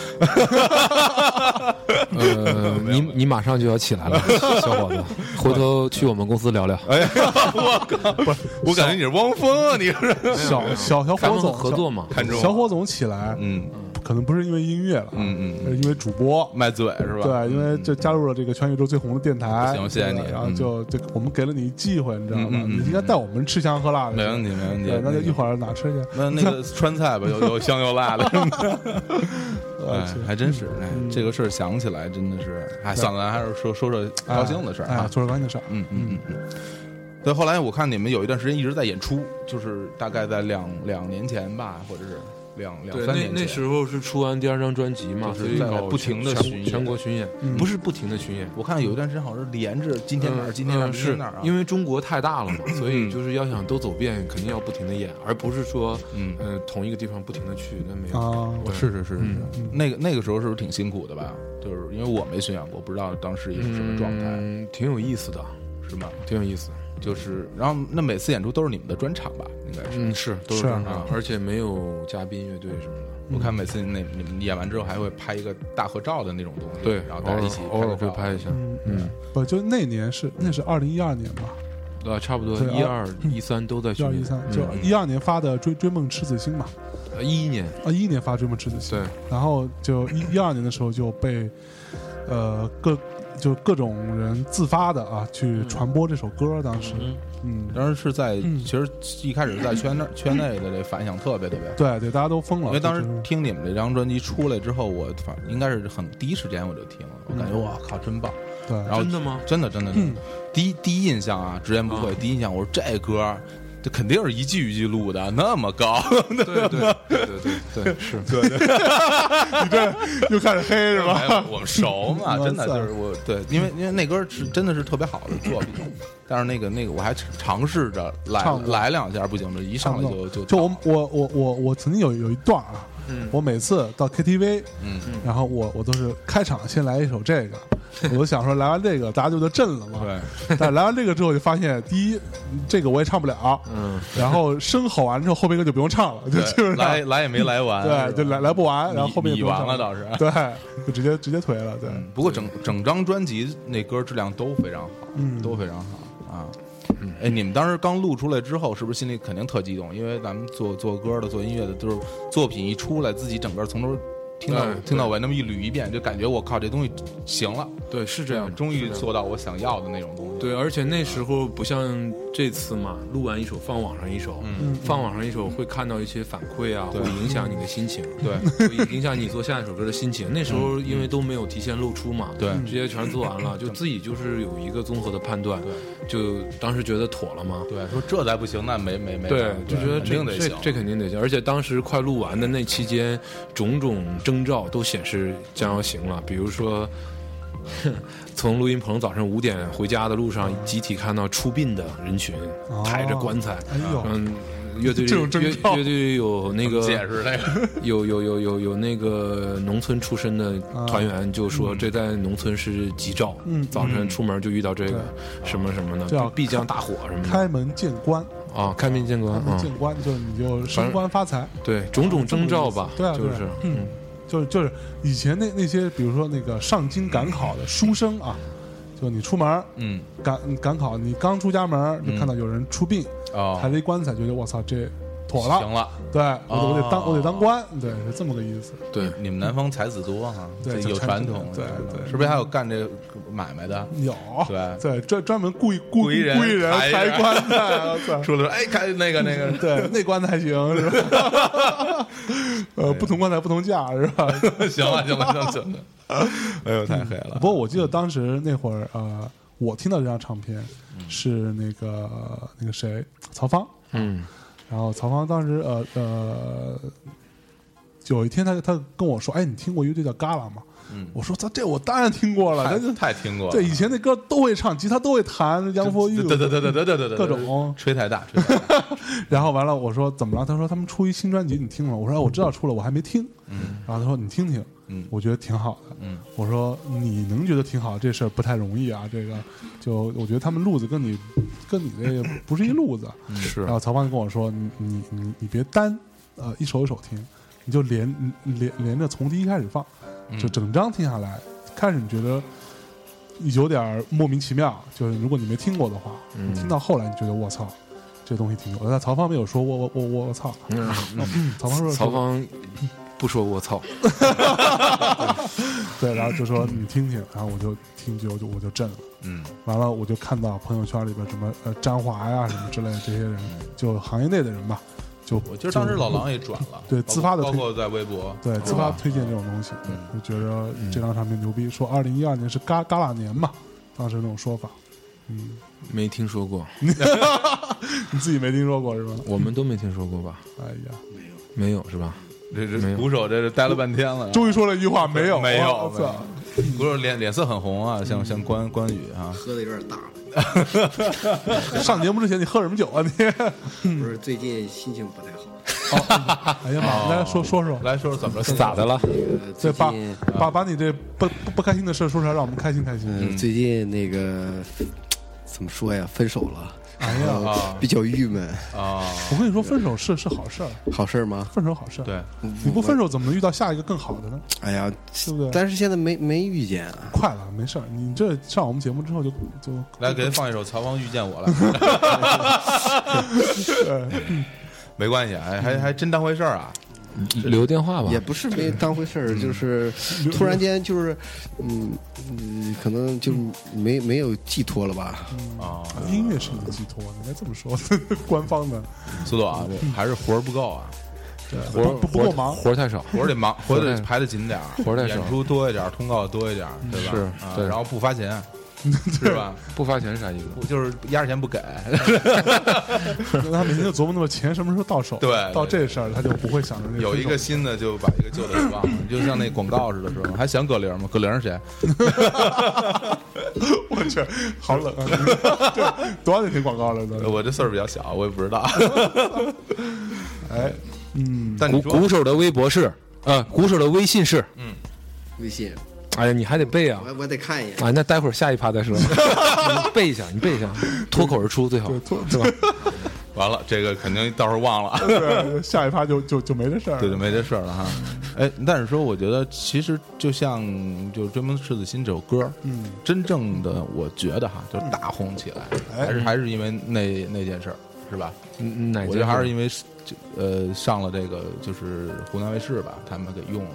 呃，你你马上就要起来了，小伙子，回头去我们公司聊聊。
哎呀，我靠！不是， 我感觉你是汪峰啊，你是
小小小
咱
火
们
总
合作嘛，
看中
小火总起来，
嗯，
可能不是因为音乐了，
嗯嗯嗯
是因为主播，
卖嘴是吧？嗯
对，因为这加入了这个全宇宙最红的电台，
行谢谢你
对然后
嗯
就就我们给了你机会，你知道吗？
嗯嗯嗯
你应该带我们吃香喝辣的，
没问题，没问题
对，。那就一会儿哪吃去？
那那个川菜吧，有有香有 辣的，哎
去，嗯
还真是。哎，这个事儿想起来真的是，哎，算了，还是说说说
哎
高兴的事儿
哎
啊。
做着高兴的事儿，
嗯嗯嗯嗯。对，后来我看你们有一段时间一直在演出，就是大概在两两年前吧，或者是两两
对，
三
那
年前。
那时候是出完第二张专辑嘛，
就
所
是
以
在
搞
不停地
全
巡演
全国巡演，
嗯
不是不停的巡演。
我看有一段时间好像是连着今天哪儿，
嗯
今天哪儿，
嗯
明天
是
哪儿啊，
因为中国太大 了嘛，所以就是要想都走遍，肯定要不停的演，而不是说
嗯
呃同一个地方不停的去，那没有。
啊，
我是是是是，
嗯
那个那个时候是不是挺辛苦的吧？就是因为我没巡演过，不知道当时一个什么状态，
嗯，挺有意思的，
是吗？
挺有意思。
就是，然后那每次演出都是你们的专场吧？应该是。
嗯，是都
是
这样
啊
的，而且没有嘉宾乐队什么的。
我看每次那你们演完之后还会拍一个大合照的那种东西，
对，
然后大家一起
偶尔偶尔
个
会
照啊
拍一下，
嗯
嗯，
不就那年是那是二零一二年吧，
呃，差不多
对
一
啊
二一三都在
一
巡
二
演，
一三
嗯
就一二年发的《追追梦赤子心》嘛，
呃一一年，
啊，一一年发《追梦赤子心》
对，
然后就一一二年的时候就被呃各就各种人自发的啊
嗯
去传播这首歌，当时嗯，
当时是在，
嗯
其实一开始是在圈内圈内的这反响特别特别好。
对对，大家都疯了，
因为当时
就是
听你们这张专辑出来之后，我反应该是很第一时间我就听了，我感觉
嗯
哇靠真棒！
对，
然后
啊真的吗？嗯
真的真的，真的第一第一印象啊，直言不讳，
啊
第一印象我说这歌这肯定是一句一句录的，那么高，
对对对对对对， 是，
又开始黑是吧？
哎呦我们熟嘛，真的
哇塞
就是我对，因为因为那歌是真的是特别好的作品，但是那个那个我还尝试着来
唱过
来两下，不行，这一上来就 就
就我我我我我曾经有有一段啊，我每次到 KTV，
嗯
然后我我都是开场先来一首这 个，我就想说来完这个大家就都震了嘛。
对，
但是来完这个之后就发现，第一这个我也唱不了，
嗯，
然后声吼完之后后面歌就不用唱 了，就基本
来
上
来也没来完，是吧
对就来来不完，
你
然后后面也
你
不用
完
唱
了倒是。
对，就直接直接颓了，对，
嗯不过整整张专辑那歌质量都非常好，
嗯
都非常好啊。哎，你们当时刚录出来之后，是不是心里肯定特激动？因为咱们做做歌的、做音乐的，就是作品一出来，自己整个从头听到
哎
听到尾，那么一捋一遍，就感觉我靠，这东西行了，
对是这样的，
终
是
于
这样的
做到我想嗯要的那种东西。
对，而且那时候不像这次嘛，录完一首放网上一首，
嗯
放网上一首会看到一些反馈啊，会
对
影响你的心情，
对，
会影响你做下一首歌的心情。那时候因为都没有提前露出嘛，
对嗯
直接全做完了，就自己就是有一个综合的判断，就当时觉得妥了嘛。
对，说这再不行，那没没没法，
对，就觉得
肯定得
这
行
这，这肯定得行，而且当时快录完的那期间，种种征兆都显示将要行了，比如 说。从录音棚早上五点回家的路上，集体看到出殡的人群，
嗯哦
抬着棺材。
哎呦，
嗯，乐队
这种征
乐
兆
乐队有那个
解释这个，
有有有有有那个农村出身的团员就说，这在农村是吉兆，
嗯
早晨出门就遇到这
对
个什么什么的，
这要
就必将大火什么
开
的
门见官，
啊，开门见
开
光
门
啊，
见官，
嗯
就你就升官发财。
对，种种征兆吧，
对啊，对
就
啊
是
嗯，就是就是以前那那些，比如说那个上京赶考的书生啊，就你出门儿
嗯，
赶赶考，你刚出家门儿就看到有人出殡，
哦
抬，着一棺材，觉得我操这妥了，
行了，
对我得我得
哦
当我得当官，对是这么个意思，
对，
你们南方才子多哈，
对
这有
才
传
子
统，
对对
是不是还有干这买卖的？
有
对
对专专门雇一雇
雇一人
雇一人
抬一人
抬棺材，我操
说了说，哎，看那个 那个，
对那棺材行是吧？ 呃，不同棺材不同价是吧？
行了行了行了行了，哎呦太黑了
嗯不，过我记得当时那会儿，呃，我听到这张唱片是那个呃那个谁曹芳，
嗯
然后曹芳当时呃呃，有一天他他跟我说，哎，你听过乐队叫 Gala 吗？
嗯
我说操，这我当然听过了，咱就
太太听过了，
对以前那歌都会唱，吉他都会弹，杨佛玉，
对对对对对对对对，
各种
吹太大，吹太大，
然后完了，我说怎么了？他说他们出一新专辑，你听了吗？我说、哎我知道出了，我还没听。嗯，然后他说你听听，
嗯
我觉得挺好的。
嗯，
我说你能觉得挺好，这事儿不太容易啊。这个就我觉得他们路子跟你跟你这个不是一路子。
嗯
是
然，后曹芳就跟我说，你你你你别单
嗯
呃一首一首听，你就连连连着从第一开始放，就整张听下来，开始你觉得有点儿莫名其妙，就是如果你没听过的话，
嗯
听到后来你觉得我操，这东西挺有。但曹芳没有说我我我我我操，
嗯
嗯曹芳说
曹芳不说我操，
对，然后就说你听听，然后我就听就就我就震了。
嗯
完了，我就看到朋友圈里边什么呃张华呀什么之类的这些人，
嗯
就行业内的人吧，就
我记得当时
就
老狼也转了，
对
包括
自发地
包
推
括在微博，
对自发
吧
推荐这种东西，对
嗯
就觉得这张唱片牛逼。说二零一二年是嘎嘎啦年嘛，当时那种说法，嗯，
没听说过，
你自己没听说过是吧？
我们都没听说过吧？
哎呀，
没有是吧？
这
没
这
有
鼓手这是待了半天了，
终于说了一句话，没有啊
没有
我
没有
操，
鼓手脸脸色很红啊，像像关关羽啊，
喝的有点大了，
上节目之前你喝什么酒啊你？
不是最近心情不太好。
哎呀妈，来说说说，
来说说怎么了？
咋的了？
呃
对
最
把
近
把把你这不不不开心的事说出来，让我们开心开
嗯
心。
呃最近那个怎么说呀？分手了，
哎呀，
啊
比较郁闷。
啊？
我跟你说，分手是是好事儿，
好事儿吗？
分手好事儿。
对，
你不分手怎么能遇到下一个更好的呢？
哎呀，
对不对
但是现在没没遇见啊。
快了，没事儿，你这上我们节目之后就就
来给他放一首《曹芳遇见我》了，没关系，哎还还真当回事儿啊。
留电话吧
也。不是没当回事儿，就是突然间就是，嗯，嗯可能就没没有寄托了吧。
啊，
音乐是你的寄托，你应该这么说， 官方的，
苏总啊，这还是活儿不够啊，
对，
活
不不不够忙，
活儿太少。
活儿得忙，活儿得
活儿太
排得紧点儿，
活儿太少
演出多一点儿，通告多一点儿，对吧？
是
啊
对
然后不发钱，是吧？
不发钱是啥意思？
不就是压着钱不给，
他每天就琢磨那么钱什么时候到手，
对对
到这事儿他就不会想着这
有一个新的就把一个旧的给忘了，就像那广告似的，是吧？还想葛玲吗？葛玲是谁？
我去，好冷啊！对，多少年听广告了都，
我这岁数比较小，我也不知道。
哎，嗯，
但
鼓
你说
鼓手的微博是，呃，鼓手的微信是。
微信，
哎呀，你还得背啊！
我我得看一眼。
啊，那待会儿下一趴再说，你背一下，你背一下，脱口而出最好
对，，突
是吧？
完了，这个肯定到时候忘了。
对，下一趴就就就没这事儿，
对，就没这事儿了哈。哎，但是说，我觉得其实就像就《追梦赤子心》这首歌，
嗯，
真正的我觉得哈，就是大红起来，
哎
还是还是因为那那件事儿，是吧？
嗯，哪
我觉得还是因为是就呃上了这个就是湖南卫视吧，他们给用了，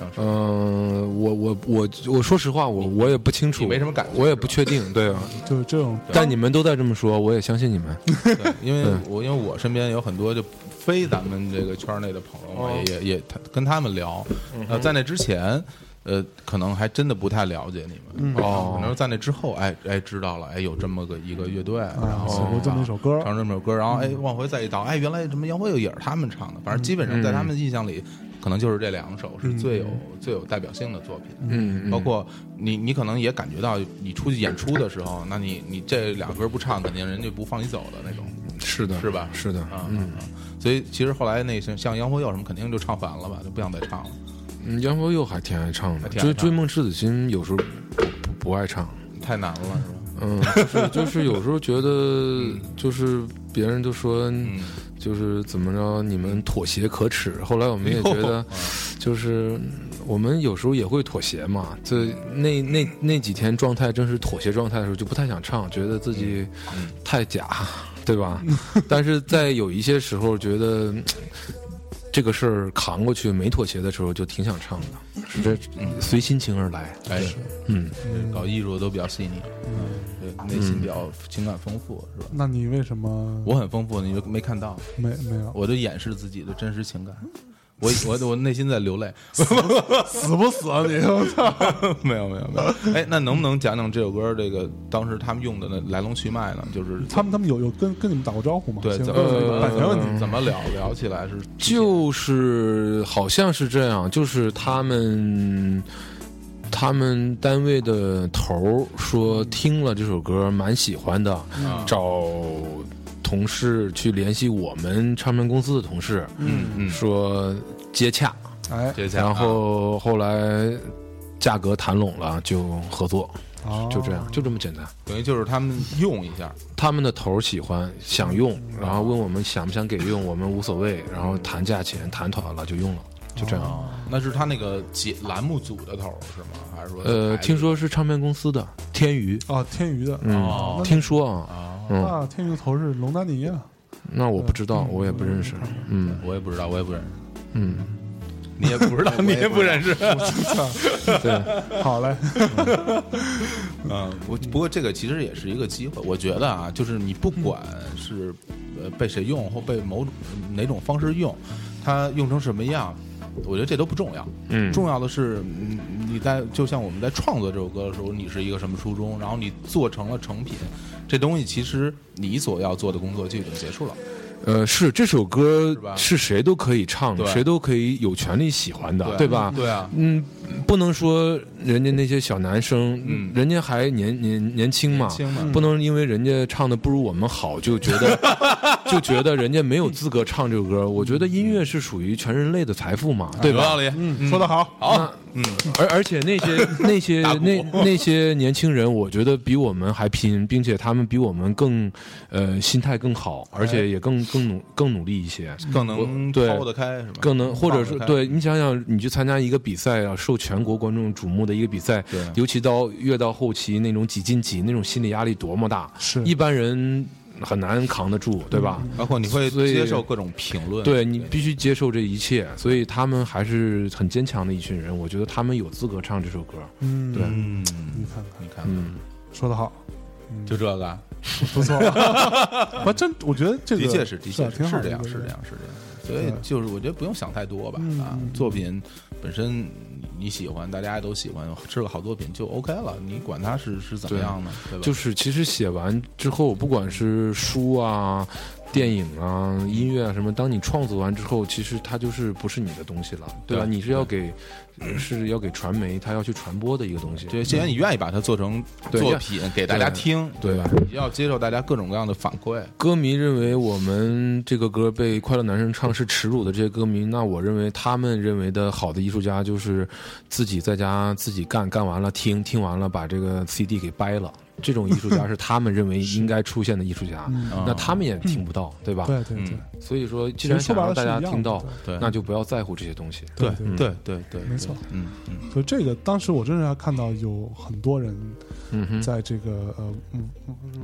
当时
嗯、我我我我说实话，我我也不清楚，
你没什么感觉
我也不确定，对啊。
就是这种
但你们都在这么说，我也相信 你们。
对，因为我因为我身边有很多就非咱们这个圈儿内的朋友嘛，也也他跟他们聊，呃，在那之前。呃，可能还真的不太了解你
嗯
们啊
哦
可能在那之后，哎哎，知道了，哎，有这么个一个乐队，然
啊，
后
写过这么一首歌，嗯
唱这么首歌，然后哎，往回再一倒，哎，原来什么摇滚乐也是他们唱的，反正基本上在他
嗯
们印象里，可能就是这两首是最有最有代表性的作品。
嗯，
包括你，你可能也感觉到，你出去演出的时候，那你你这俩歌不唱，肯定人家不放你走的那种。
是的，
是吧
是的，
啊，
嗯，
啊所以其实后来那像像杨佛佑什么，肯定就唱烦了吧，就不想再唱了。
嗯杨博佑还挺爱唱
还
的，
挺爱
追
唱
追梦赤子心有时候不不不 爱唱，
太难了，是吧？
嗯，就是就是有时候觉得就是别人都说
嗯，
就是怎么着你们妥协可耻，后来
嗯
我
哎
们也觉得。就是我们有时候也会妥协嘛，这那那那几天状态正是妥协状态的时候，就不太想唱，觉得自己太假，对吧？ 但是在有一些时候觉得嗯这个事儿扛过去没妥协的时候，就挺想唱的，是这随心情而来。
哎，
嗯，
搞艺术的都比较细腻，嗯，对，内心比较情感丰富，是吧？
那你为什么
我很丰富，你就没看到，
没没有
我就掩饰自己的真实情感。我我我内心在流泪，
死不死啊你？我操！
没有没有没有。哎，那能不能讲讲这首歌这个当时他们用的那来龙去脉呢？就是
他们他们有有跟跟你们打过招呼吗？
对
行
怎
呃
嗯
么
版权问题，
怎么聊聊起来是
就是好像是这样，就是他们他们单位的头儿说听了这首歌蛮喜欢的，找同事去联系我们唱片公司的同事，
嗯，
嗯
说接洽，
哎，
接下来啊
然后后来价格谈拢了就合作，
哦
嗯就这样，就这么简单。
等于就是他们用一下，
他们的头儿喜欢想用，然后问我们想不想给用，我们无所谓，然后谈价钱，谈妥了就用了。就这样。
啊那是他那个节栏目组的头儿是吗？还是说
呃，听说是唱片公司的天娱，
啊，天娱的，
嗯
哦，
听说啊，
啊？
嗯，
那天娱的头是龙丹妮啊，
那我不知道，我也不认识，嗯
我也不知道，我也不认识，
嗯，
你也 不知道，你也不认识。
嗯对，
好嘞，
啊
嗯，我不过这个其实也是一个机会，我觉得啊，就是你不管是呃被谁用或被某种哪种方式用，它用成什么样，我觉得这都不重要。
嗯
重要的是嗯你在就像我们在创作这首歌的时候，你是一个什么初衷，然后你做成了成品，这东西其实你所要做的工作就已经结束了。
呃，是这首歌
是吧
是谁都可以唱的，
对
谁都可以有权利喜欢的，
对
吧？
对啊，
嗯，不能说人家那些小男生，
嗯
人家还年年年轻嘛，
轻嘛
不能因为人家唱的不如我们好就觉得 就觉得人家没有资格唱这首歌。我觉得音乐是属于全人类的财富嘛，对
有道
吧？
理。
嗯，说得好，
好，嗯，
而而且 那些那些
打鼓
那那些年轻人，我觉得比我们还拼，并且他们比我们更呃心态更好，而
哎
且也更更努更努力一些。
更能
我对
抛得开是吧？
更能，或者
嗯放得
是
开
对你想想，你去参加一个比赛啊，受全国观众瞩目的一个比赛
对，
尤其到越到后期那种几进几那种心理压力多么大，
是
一般人很难扛得住，对吧？
包括你会
所以
接受各种评论，
对你必须接受这一切，所以他们还是很坚强的一群人，我觉得他们有资格唱这首歌。
嗯，
对
嗯，
你看看，
你看，
嗯，
说得好，嗯
就这个，
不 错，我真我觉得这个
的确是，的确
啊
是
挺好的
是这样，是这，样，是这样。所以就是我觉得不用想太多吧，
嗯
啊
嗯，
作品本身你喜欢，大家都喜欢，是个好作品就 OK 了，你管它是是怎么样呢，对吧？
就是其实写完之后，不管是书啊、电影啊、音乐啊什么，当你创作完之后，其实它就是不是你的东西了，对吧？
对
你是要给是要给传媒，它要去传播的一个东西。
对，既然你愿意把它做成
对
作品给大家听，
对
吧？你要接受大家各种各样的反馈，
歌迷认为我们这个歌被快乐男生唱是耻辱的这些歌迷，那我认为他们认为的好的艺术家就是自己在家自己干，干完了听，听完了把这个 CD 给掰了。这种艺术家是他们认为应该出现的艺术家，那他们也听不到，对吧？
嗯对对对
嗯
所以说，既
其实
然
说
想
白了
让大家听到
是一样，
对
那就不要在乎这些东西。
对
对
对对对，
没错，
嗯嗯，
所以这个当时我真是还看到有很多人
嗯哼，
在这个呃嗯嗯，嗯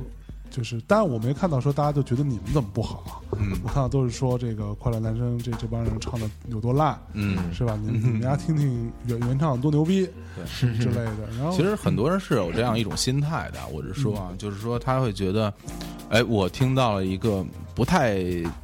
就是当然我没看到说大家就觉得你们怎么不好，啊
嗯
我看到都是说这个快乐男生这这帮人唱的有多烂，
嗯，
是吧？你你们家听听原原唱有多牛逼，对之类的。然后
其实很多人是有这样一种心态的，我是说啊，就是说他会觉得，哎，我听到了一个不太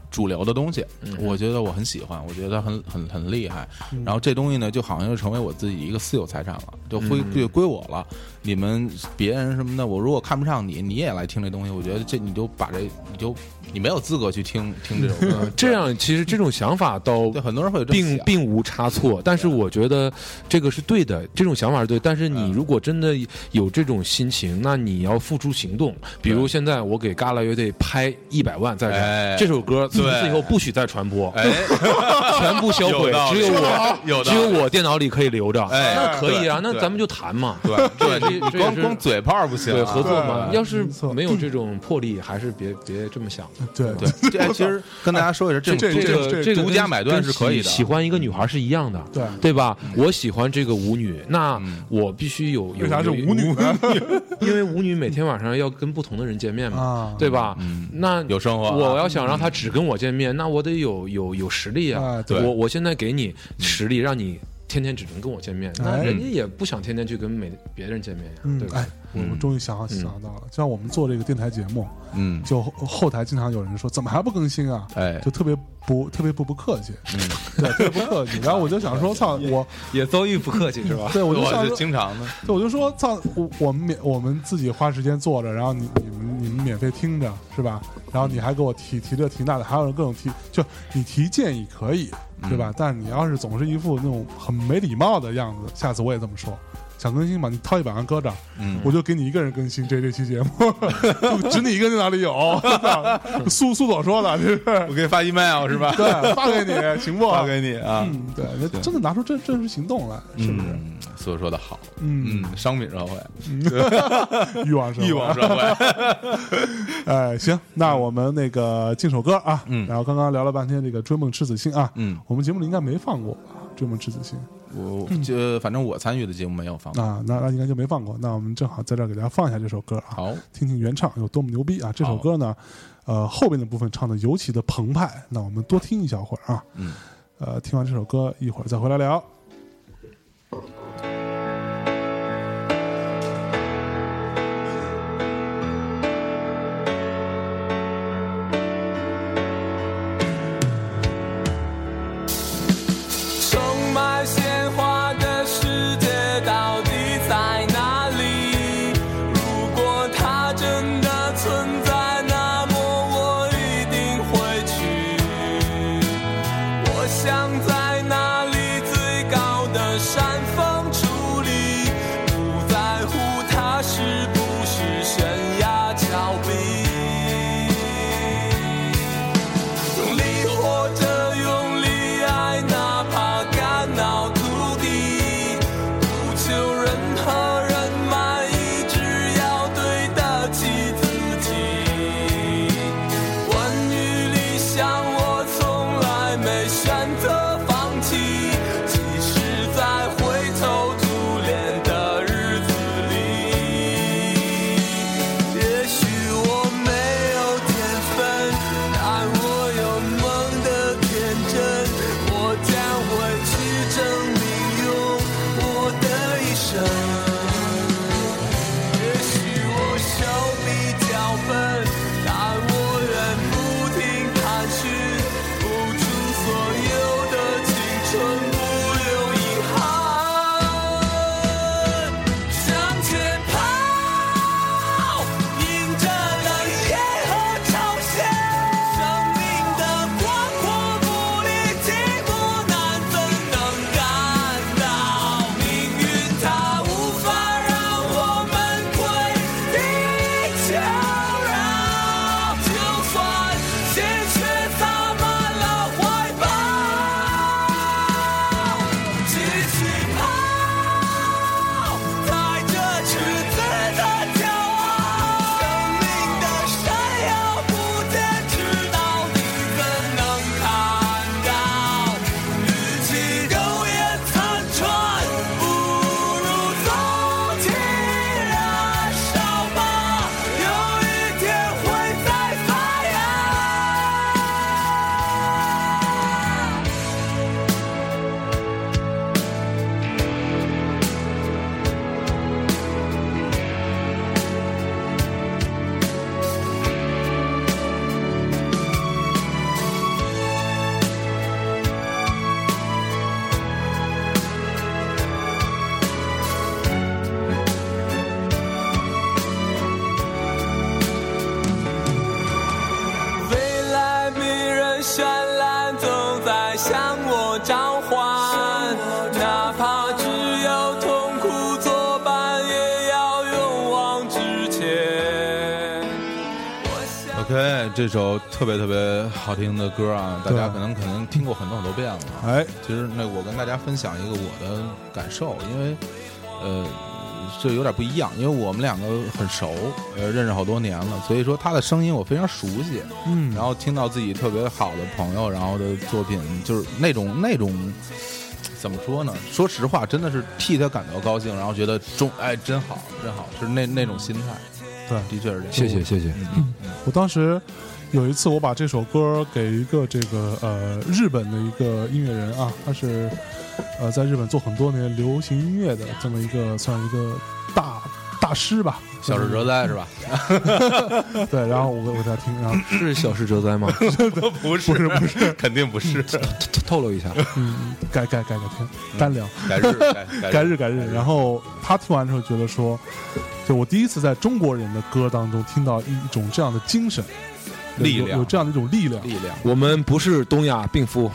主流的东西，我觉得我很喜欢，我觉得很很很厉害，然后这东西呢，就好像就成为我自己一个私有财产了，就归归归我了。你们别人什么的，我如果看不上你，你也来听这东西，我觉得这你就把这你就你没有资格去听听这首歌
呃，。这样其实这种想法倒
对很多人会有这种
并
想
并无差错，但是我觉得这个是对的，这种想法是对。但是
嗯
你如果真的有这种心情，那你要付出行动。比如现在我给嘎啦乐队拍一百万在这
哎
儿，这首歌从此
对
以后不许再传播，
哎，
全部销毁
有道，理
只有
说得好
我
有道
只
理
有我电脑里可以留着。
哎
那可以
对
啊，那
对
咱们就 谈嘛。
对对，你你光光嘴炮不行啊，
对合作嘛，
对
要是
没错
没有这种魄力，还是别别这么想。
对
对，这 哎其实跟大家说一下，这种
这
种
个这个
独家买断是可以的
跟喜喜欢一个女孩是一样的，
对
对吧？我喜欢这个舞女，那我必须有有
为啥是
有
舞女啊呢？
因为舞女每天晚上要跟不同的人见面嘛
啊，
对吧？那
有生活啊
我要想让她只跟我见面，那我得有有有实力啊
啊！
对
我我现在给你实力，让你天天只能跟我见面，那
哎
人家也不想天天去跟每别人见面呀，
嗯
对，吧
哎？，我我终于想想到了，就像我们做这个电台节目，
嗯，
就后后台经常有人说怎么还不更新啊？
哎嗯
就特别不特别不不客气，对，特别不客气。然后我就想说，操我，
也遭遇不客气是吧？
对我就
我
想
是
说，
经 常的，
对我就说，操我我们免我们自己花时间做着，然后你你们你们免费听着是吧？然后你还给我提提这提那的，还有人各种提，就你提建议可以对吧？但你要是总是一副那种很没礼貌的样子，下次我也这么说。想更新嘛？你掏一百万搁这儿，
嗯
我就给你一个人更新这这期节目， 就只你一个人哪里有？ 苏苏总说的，这是
我给你发 email 是吧？
对，发给 你行不？
发给你啊，
嗯，对，那真的拿出真真实行动来，是不是？
嗯，所以说的好，
嗯，
嗯，商品社会，
欲望是吧
欲望社会，
哎，行，那我们那个进首歌啊，
嗯
然后刚刚聊了半天这个《追梦赤子心》啊，
嗯
我们节目里应该没放过吧，追梦赤子心
我就反正我参与的节目没有放过。
啊，那那应该就没放过。那我们正好在这儿给大家放一下这首歌啊，
好，
听听原唱有多么牛逼啊！这首歌呢，呃，后边的部分唱的尤其的澎湃，那我们多听一小会儿啊。
嗯，
呃，听完这首歌一会儿再回来聊。
盛满鲜花的世界到底在哪里？如果它真的存在，那么我一定会去。我想在那里最高的山峰矗立，不在乎它是不是悬崖峭壁。用力活着，用力爱，哪怕肝脑涂地，不求任何人满意，只要对得起自己。关于理想，我从来没选择放弃，即使在灰头土脸的日子里。也许我没有天分，但我有梦的天真。我将会去证明用我的一生。也许我手比较笨，但我愿不停探寻，付出所有的青春，不留遗憾。向前跑，迎着冷眼和嘲笑，生命的广阔不离寂寞，难怎能感到？命运它无法让我们跪地求饶，就算鲜血洒满了怀抱，继续跑。踩着赤子的骄傲，生命的闪耀不坚持到底怎能看到？与其苟延残喘，不如纵情燃烧吧，有一天会再发芽。未来迷人绚烂，总在向我召唤。哪怕只有痛苦作伴，也要勇往直前。我想
OK，这首特别特别好听的歌啊，大家
对
可能可能听过很多很多遍了。啊
哎，
其实那我跟大家分享一个我的感受，因为呃，这有点不一样，因为我们两个很熟，呃，认识好多年了，所以说他的声音我非常熟悉。
嗯，
然后听到自己特别好的朋友，然后的作品，就是那种那种怎么说呢？说实话，真的是替他感到高兴，然后觉得中哎真好，真好，是那那种心态，
对。
的确是这样。
谢谢谢谢，
我当时有一次，我把这首歌给一个这个呃日本的一个音乐人啊，他是呃在日本做很多年流行音乐的这么一个算一个大大师吧，
小时哲哉是吧？
对。然后我给我给他听，然后
是小事哲哉吗？
不是不是，肯定不是。
透 透露一下，
嗯，改改改改天单聊，
改日改
改
嗯改
日改日。然后他听完之后觉得说，就我第一次在中国人的歌当中听到一一种这样的精神
力
有
量
有这样的一种力量。
力量。
我们不是东亚病夫，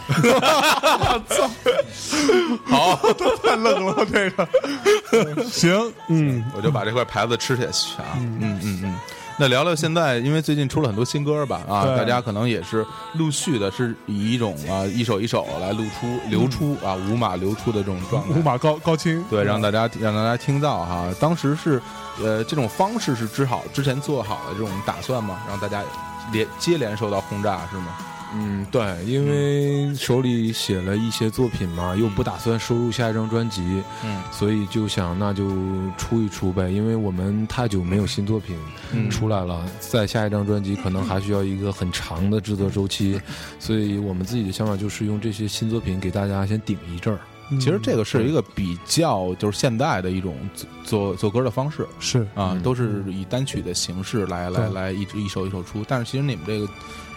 好，
太愣了，这个行，嗯，
我就把这块牌子吃下去啊。嗯嗯嗯。那聊聊现在，因为最近出了很多新歌吧，啊，
对
大家可能也是陆续的，是以一种啊一首一首来露出流出啊五码流出的这种状态
嗯五。马高高清，
对，让大家让大家听到哈，当时是，呃，这种方式是之好之前做好的这种打算吗？让大家连接连受到轰炸是吗？
嗯，对，因为手里写了一些作品嘛，又不打算收入下一张专辑，
嗯，
所以就想那就出一出呗，因为我们太久没有新作品
嗯
出来了，在下一张专辑可能还需要一个很长的制作周期，所以我们自己的想法就是用这些新作品给大家先顶一阵儿。
嗯
其实这个是一个比较就是现代的一种做做做歌的方式
是
啊，
嗯
都是以单曲的形式来来
对
来一直一首一首出，但是其实你们这个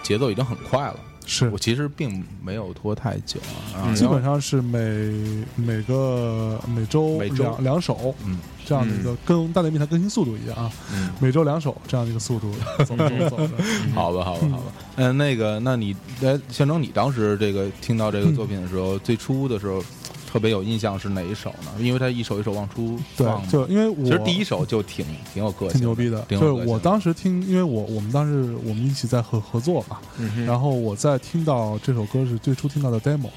节奏已经很快了，
是
我，其实并没有拖太久啊，
嗯
基本上是每每个每周
每周
两两首
嗯
这样的一个跟大内密谈更新速度一样啊，
嗯，
每周两首这样的一个速度走走走的。
好吧，好吧，好吧。嗯，那个，那你，哎，象征，你当时这个听到这
嗯
个作品的时候，最初的时候特别有印象是哪一首呢？因为它一首一首往出放
对，
嘛。
就因为
其实
我
第一首就挺挺有个性，
挺牛逼的，
挺
就
有
是
个性的
我当时听，因为我我们当时我们一起在合合作嘛，
嗯
然后我在听到这首歌是最初听到的 demo，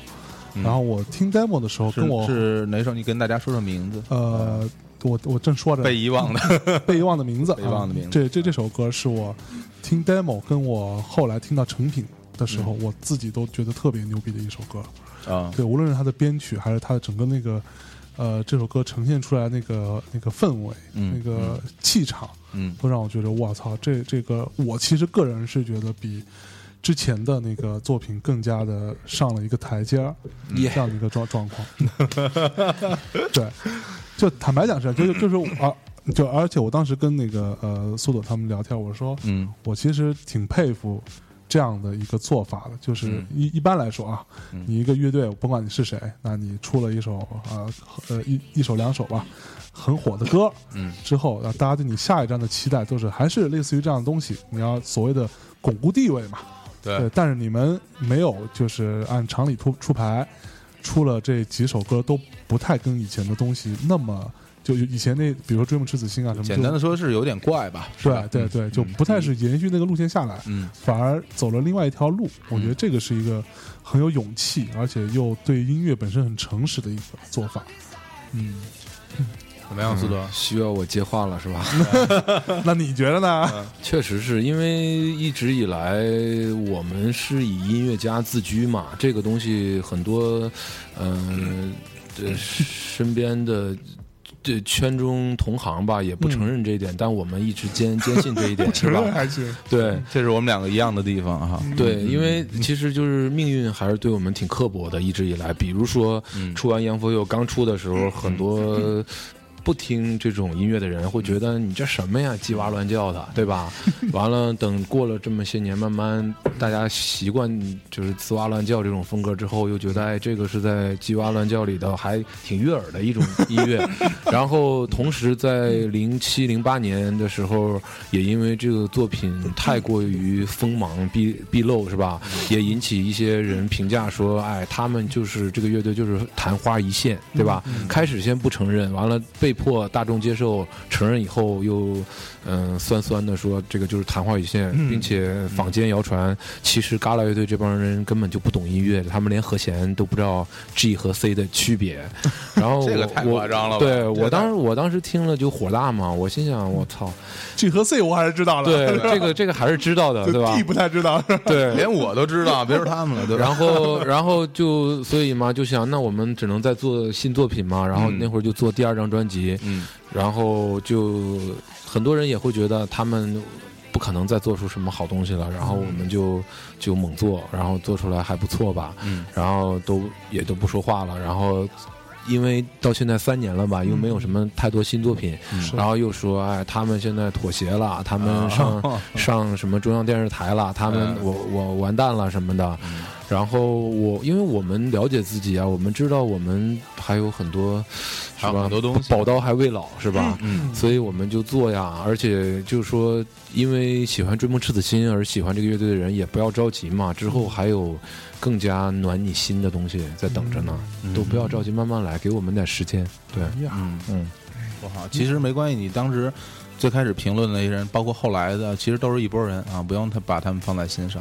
嗯
然后我听 demo 的时候
是
跟我
是哪首？你跟大家说说名字。
呃，我我正说着
被遗忘的，
被遗忘的名字，
被遗忘的名字
啊这这这首歌是我听 demo 跟我后来听到成品的时
嗯
候，我自己都觉得特别牛逼的一首歌。
啊，
对，无论是它的编曲，还是它的整个那个，呃，这首歌呈现出来那个那个氛围、
嗯
那个气场，
嗯
都让我觉得我操，这这个我其实个人是觉得比之前的那个作品更加的上了一个台阶儿，这样的一个状状况。 对，就坦白讲是，就是就是啊，就而且我当时跟那个呃苏朵他们聊天，我说，
嗯
我其实挺佩服这样的一个做法的，
嗯
就是一、一般来说啊，你一个乐队，我甭管你是谁，那你出了一首呃呃一一首两首吧，很火的歌，
嗯，
之后让大家对你下一张的期待都是还是类似于这样的东西，你要所谓的巩固地位嘛，对，
对，
但是你们没有就是按常理出出牌，出了这几首歌都不太跟以前的东西那么。就以前那，比如说《追梦赤子心》啊什么，
简单的说是有点怪吧，是吧
对对对，就不太是延续那个路线下来，
嗯
反而走了另外一条路。我觉得这个是一个很有勇气，而且又对音乐本身很诚实的一个做 法。嗯，
怎么样，苏德？
需要我接话了是吧？
那你觉得
啊
呢？
确实是因为一直以来我们是以音乐家自居嘛，这个东西很多，嗯、呃，身边的。这圈中同行吧，也不承认这一点，但我们一直坚坚信这一 点，是吧？
还行，
对
这是我们两个一样的地方哈。
对，因为其实就是命运还是对我们挺刻薄的，一直以来。比如说，出完《杨佛佑》刚出的时候，很多不听这种音乐的人会觉得你这什么呀，鸡哇乱叫的，对吧？完了，等过了这么些年，慢慢大家习惯就是滋哇乱叫这种风格之后，又觉得哎，这个是在鸡哇乱叫里头还挺悦耳的一种音乐。然后同时在零七零八年的时候，也因为这个作品太过于锋芒毕毕露，是吧？也引起一些人评价说，哎，他们就是这个乐队就是昙花一现，对吧？
嗯
开始先不承认，完了被迫大众接受，承认以后又嗯、酸酸的说这个就是昙花一现，
嗯
并且坊间谣传，其实嘎啦乐队这帮人根本就不懂音乐，他们连和弦都不知道 G 和 C 的区别。 然后
这个
我
太
我
夸张了吧
对
这个
我当时我当时听了就火大嘛，我心想我操，
G 和 C 我还是知道了，
对这个这个还是知道的，对吧
D？不太知道，
对，
连我都知道，别说他们 了，对吧？
然后，然后就所以嘛，就想那我们只能再做新作品 嘛。然后
嗯
那会儿就做第二张专辑，
嗯
然后就很多人也会觉得他们不可能再做出什么好东西了。然
嗯
后我们就就猛做，然后做出来还不错吧。
嗯
然后都也都不说话了。然后因为到现在三年了吧，又没
嗯
有什么太多新作品，
是
然后又说，哎，他们现在妥协了，他
啊
们上、 上什么中央电视台了，他们、
嗯
我我完蛋了什么的。然后我因为我们了解自己啊，我们知道我们还有很多，是
还有
吧
很多东西
宝刀还未老是吧？
嗯
所以我们就做呀，而且就是说，因为喜欢追梦赤子心而喜欢这个乐队的人，也不要着急嘛，之后还有更加暖你心的东西在等着呢，都不要着急，慢慢来，给我们点时间。对，
嗯。
嗯，
不好，其实没关系，你当时最开始评论的那些人，包括后来的，其实都是一拨人啊，不用他把他们放在心上，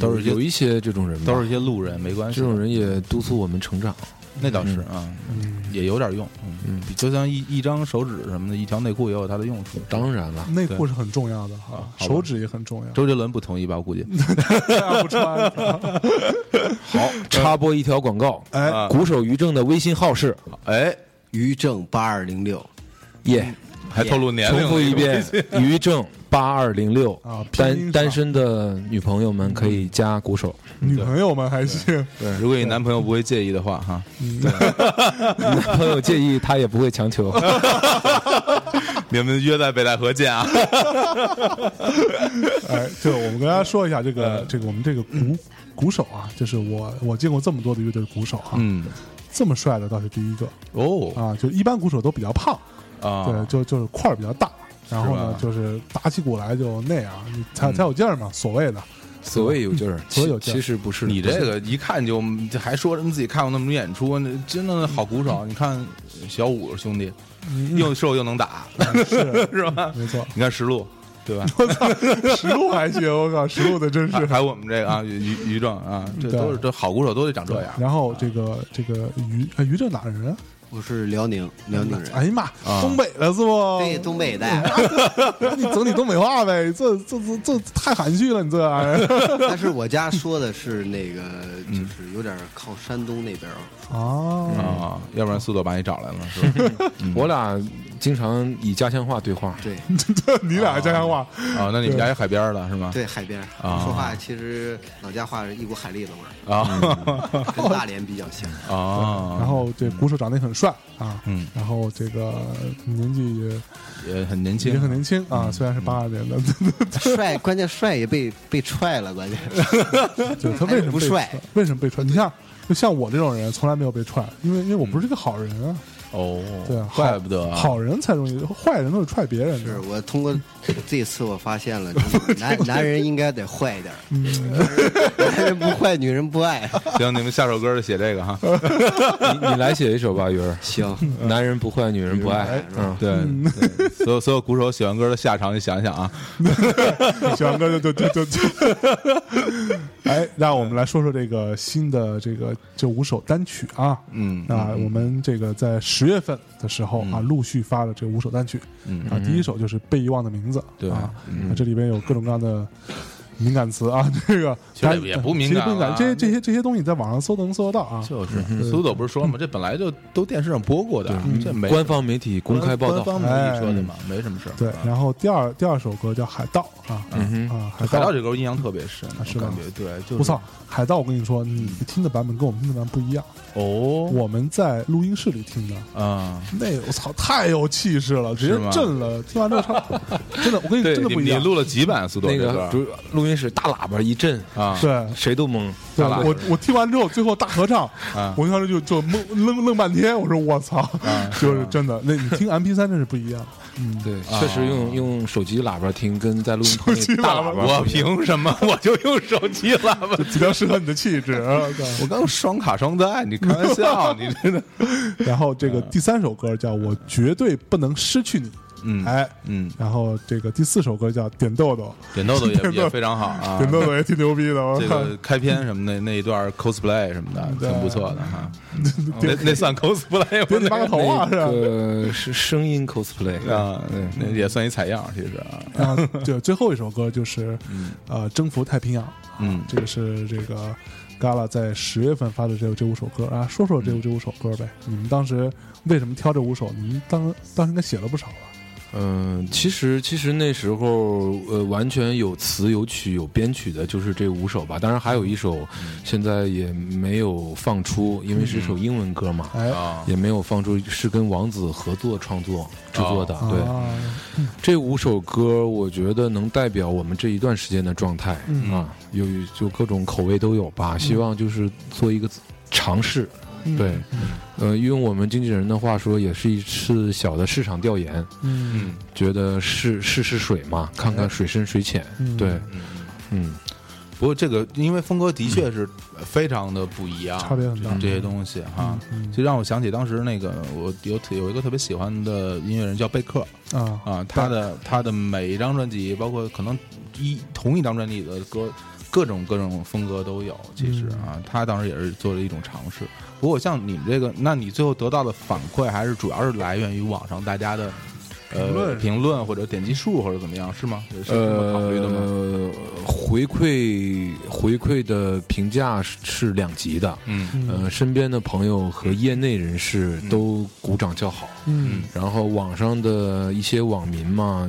都是一些
有一些这种人吧，
都是一些路人，没关系。
这种人也督促我们成长。
那倒是啊，
嗯，
也有点用，嗯，就像一一张手指什么的，一条内裤也有它的用处。
当然 了，
内裤是很重要的哈，
嗯好吧
手指也很重要，
周杰伦不同意吧？我估计。
这啊不穿。
好，插播一条广告，
嗯哎嗯
啊
鼓手于正的微信号是
哎，
于正八二零六，
耶，
还透露
哎
年龄了，
重复一遍，于正八二零六
啊，拼音
单
是吧
单身的女朋友们可以加 鼓手，
女朋友们还行，
对。 如果你男朋友不会介意的话，哈，
男朋友介意他也不会强求。
你们约在北戴河见啊。
哎，对，我们跟大家说一下这
嗯
个这个我们这个鼓鼓手啊，就是我我见过这么多的乐队的鼓手啊，
嗯，
这么帅的倒是第一个
哦
啊，就一般鼓手都比较胖，
啊，
对，就就是块儿比较大，然后
是
呢
吧嗯
就是打起鼓来就那样，你才才有劲儿嘛，所谓 的
所谓有劲儿，
所谓有
其
劲儿
其实不是
你
不
这
是
个一看就这还说什么自己看过那么多演出，那真的好鼓手。
嗯
你看小五兄弟，又瘦又能打，
是
是吧？
没 错。
你看石路，对吧？
我操，实录还行，我靠，实录的真
还
是。
还有我们这个啊，于于于正啊，这
对
都是这好鼓手都得长这样
然后这个这个于呃于正哪人啊？
我是辽宁辽宁人，
哎呀妈，
啊
东北的是不？
对，东北的，
那 你整你东北话 呗，这这这这太含蓄了，你这玩意儿
但是我家说的是那个，
嗯
就是有点靠山东那边儿，
啊，
啊，要不然苏朵把你找来了，是吧？
嗯
我俩经常以家乡话对话，
对
这你俩家乡话，
啊，那你们家也海边儿了是吗？
对，海边儿
啊
说话其实老家话是一股海蛎子味
啊
哦
儿，跟大连比较像。
啊，
嗯然后这鼓手长得也很帅啊，
嗯，
然后这个年纪也
也很年轻，
也很年轻
嗯
啊，虽然是八二年的，
帅， 关键帅也被被踹了，关键是
对他为什么
不
被
帅
踹为什么被踹？你像就像我这种人，从来没有被踹，因为因为我不是一个好人啊，
哦，
对啊，
嗯怪不得啊
好人才容易，坏人都是踹别人的
是。我 通过这次我发现了，就是男男人应该得坏一点儿，
嗯
男人不坏，女人不 爱。
行，你们下首歌就写这个哈。
你你来写一首吧，鱼儿。
行，
嗯
男人不坏，女人不爱。嗯，
对，对所有所有鼓手写完歌的下场，你想一想啊，
小杨哥就就就就就， 哎，让我们来说说这个新的这个这五首单曲啊，
嗯
啊，我们这个在十月份的时候啊，陆续发了这五首单曲，
嗯
啊，第一首就是被遗忘的名字，
对嗯
啊，那这里边有各种各样的。敏感词啊， 这个
其实也
大家
也不
其
敏感
实不敏感，
了
这些这些这些东西在网上搜都能搜得到啊。
就是苏朵不是说嘛，这本来就都电视上播过的，这没
官方媒体公开报
官
道。
方媒体说的嘛，没什么事儿。
哎
啊
对，然后第二第二首歌叫《海盗》啊，
嗯
啊，海
海
盗
盗这歌印象特别深，我
啊是吧
感觉对，就是
我操，海盗！我跟你说，你
嗯
听的版本跟我们听的版本不一样。
哦
我们在录音室里听的，
啊，
那我操，太有气势了，直接
是吗
震了。听完之后 唱，真的，我跟你
对
真的
你
不一
你
样。
录了几版苏朵
那
这
个
歌
主录音室大喇叭一震，
啊？
对
谁都懵。
对，
大喇叭
我我听完之后，最后大合唱
啊，
我当时就就懵愣愣半天，我说我操， 就是真的。那你听 M P 三真是不一样，
对，确实
啊
用用手机喇叭听，跟在录音棚里
手机
大
喇叭
喇叭
我凭什么我就用手机喇叭？
比较适合你的气 质。啊对
我刚双卡双待，你开玩笑，你 真的
然后这个第三首歌叫《我绝对不能失去你》，
嗯
哎，
嗯
然后这个第四首歌叫《点豆豆
点豆豆也
点豆
也非常好 啊，》，
点豆豆也挺牛逼的，我
这
靠
个开篇什么的那一段 cosplay 什么的，
对
挺不错的 哈。那那算 cosplay
点你妈个
吗？
头啊，是吧
那？个是声音 cosplay，
啊，那那也算一采样，其实啊，
然后对，最后一首歌就是，呃，征服太平洋。
嗯
这个是这个 Gala 在十月份发的这这五首歌啊，说说这这五首歌呗。你们当时为什么挑这五首？你们当当时应该写了不少啊了。
嗯，其实其实那时候呃，完全有词有曲有编曲的，就是这五首吧。当然还有一首，现在也没有放出，因为是一首英文歌嘛，
哎，
啊，
也没有放出，是跟王子合作创作制作的。对，
啊，
这五首歌，我觉得能代表我们这一段时间的状态、
嗯
啊，有就各种口味都有吧。希望就是做一个尝试，
嗯
对，呃，用我们经纪人的话说，也是一次小的市场调研，
嗯
嗯
觉得试试试水嘛，看看水深水浅，
嗯
对，
嗯。
嗯，
不过这个，因为峰哥的确是非常的不一样，
差别很大
这些东西哈
嗯嗯，
就让我想起当时那个我有有一个特别喜欢的音乐人叫贝克
啊
啊，他的他的每一张专辑，包括可能一同一张专辑里的歌，各种各种风格都有。其实
嗯
啊，他当时也是做了一种尝试。不过像你们这个，那你最后得到的反馈还是主要是来源于网上大家的
评
呃
论
评论或者点击数或者怎么样，是吗？是这么考虑的吗？
呃，回馈回馈的评价是是两级的，
嗯
呃，身边的朋友和业内人士都鼓掌叫好，
嗯
然后网上的一些网民嘛，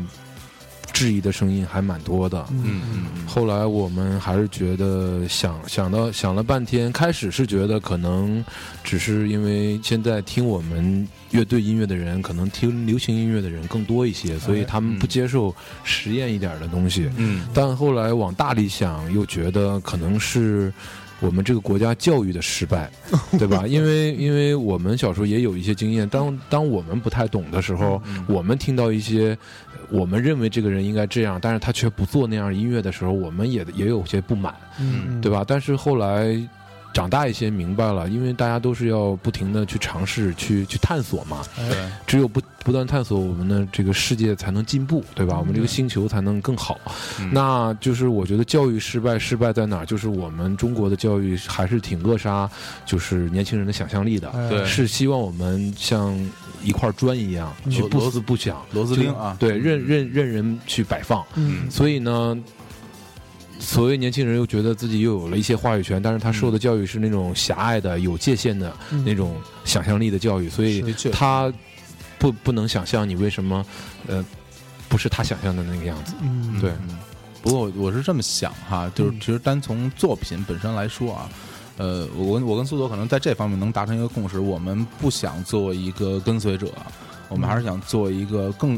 质疑的声音还蛮多的。
嗯嗯嗯
后来我们还是觉得想想到想了半天，开始是觉得可能只是因为现在听我们乐队音乐的人，可能听流行音乐的人更多一些，所以他们不接受实验一点的东西。
嗯
但后来往大里想，又觉得可能是我们这个国家教育的失败，对吧？因为因为我们小时候也有一些经验，当当我们不太懂的时候，
嗯
我们听到一些呃我们认为这个人应该这样，但是他却不做那样音乐的时候，我们也也有些不满，
嗯，
对吧？但是后来。长大一些，明白了，因为大家都是要不停的去尝试、去去探索嘛。
哎
对
只有不不断探索我们的这个世界才能进步，对吧？我
嗯
们这个星球才能更好。
嗯
那就是我觉得教育失败，失败在哪儿？就是我们中国的教育还是挺扼杀，就是年轻人的想象力的。
哎
对
是希望我们像一块砖一样
嗯
去不
螺
思不想，
螺丝钉啊
就对，任任任人去摆放。
嗯
所以呢，所谓年轻人又觉得自己又有了一些话语权，但是他受的教育是那种狭隘的、有界限的
嗯
那种想象力的教育，所以
的确
他不不能想象你为什么呃不是他想象的那个样子。
嗯
对
嗯不过我我是这么想哈，就是
嗯
其实单从作品本身来说啊，呃，我跟我跟苏佐可能在这方面能达成一个共识，我们不想做一个跟随者，啊我们还是想做一个更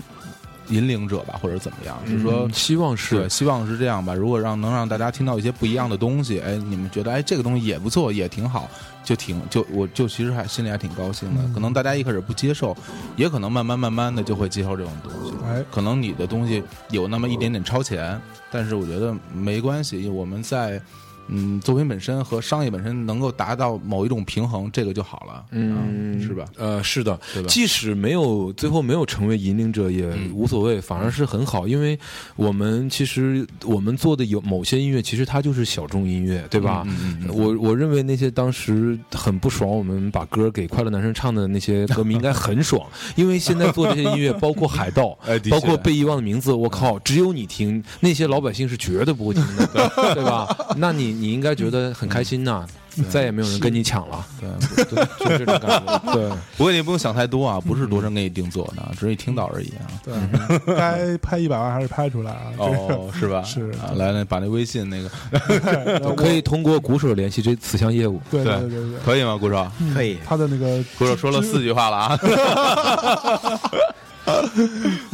引领者吧，或者怎么样，是说
嗯。希望
对，
是
希望是这样吧。如果让能让大家听到一些不一样的东西，哎，你们觉得哎这个东西也不错，也挺好，就挺就我就其实还心里还挺高兴的。
嗯
可能大家一开始不接受，也可能慢慢慢慢的就会接受这种东西。
哎，
可能你的东西有那么一点点超前，但是我觉得没关系，我们在嗯作品本身和商业本身能够达到某一种平衡，这个就好了，啊
嗯，
是吧？
呃，是的
对吧，嗯
即使没有最后没有成为引领者也无所谓，反而是很好，因为我们其实我们做的有某些音乐，其实它就是小众音乐，对吧？
嗯嗯
我我认为那些当时很不爽，我们把歌给快乐男生唱的那些歌迷应该很 爽，因为现在做这些音乐，包括海盗
哎的，确
包括被遗忘的名字，我靠，只有你听，那些老百姓是绝对不会听 的，对吧？那你你应该觉得很开心呐，再也没有人跟你抢了，对，就是这种感觉，对。
不过你不用想太多啊，不是多深给你定做的，只是你听到而已啊。
对，该拍一百万还是拍出来啊？这个
哦，是 吧？
是
啊，来来，把那微信那个
可以通过鼓手联系这此项业务。
对对对对对，
可以吗？鼓手，
可以，
他的那个
鼓手说了四句话了 啊。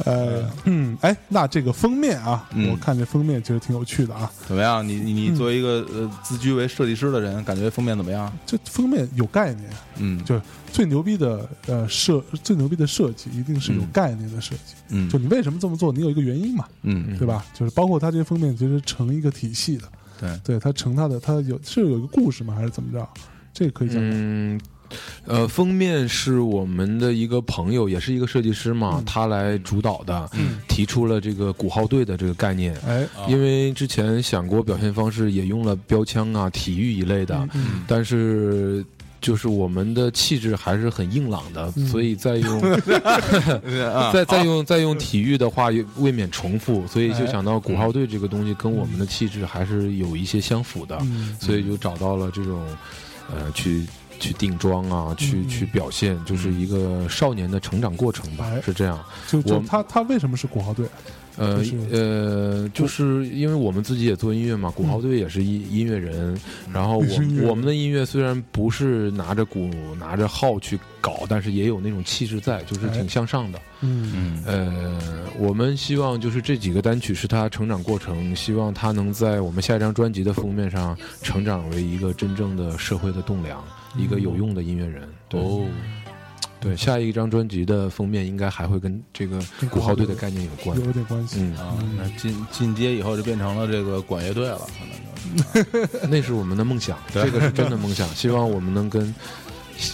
呃嗯，哎，那这个封面啊，
嗯
我看这封面其实挺有趣的啊，
怎么样？你你你作为一个呃自居为设计师的人，感觉封面怎么样？
这封面有概念，
嗯，
就是最牛逼的呃设最牛逼的设计一定是有概念的设计，
嗯
就你为什么这么做，你有一个原因嘛，
嗯，
对吧？就是包括它这封面其实成一个体系的，
对，
对它成它的它有是有一个故事吗？还是怎么着？这个可以讲讲。
嗯，呃，封面是我们的一个朋友，也是一个设计师嘛，
嗯
他来主导的，
嗯
提出了这个鼓号队的这个概念。
哎，
因为之前想过表现方式，也用了标枪啊、体育一类的，
嗯嗯
但是就是我们的气质还是很硬朗的，
嗯
所以再 用
啊
再再用再用体育的话，也未免重复，所以就想到鼓号队这个东西跟我们的气质还是有一些相符的，
嗯
所以就找到了这种呃去。去定妆啊，去
嗯
去表现，就是一个少年的成长过程吧
哎，
是这样。
就就
我
他他为什么是国号队？
呃
就是
呃，就是因为我们自己也做音乐嘛，鼓号队也是音音乐人，然后
也是嗯 音乐
我
人
我们的音乐虽然不是拿着鼓拿着号去搞，但是也有那种气质在，就是
哎
挺向上的。
嗯
嗯
呃，我们希望就是这几个单曲是他成长过程，希望他能在我们下一张专辑的封面上成长为一个真正的社会的栋梁，一个有用的音乐人。对、
哦，
对，下一张专辑的封面应该还会跟这个
跟
鼓
鼓
号
号
队
队
的概念有关。
有点关系。
嗯，
啊，那进进阶以后就变成了这个管乐队了，可能就
那是我们的梦想，这个是真的梦想。希望我们能跟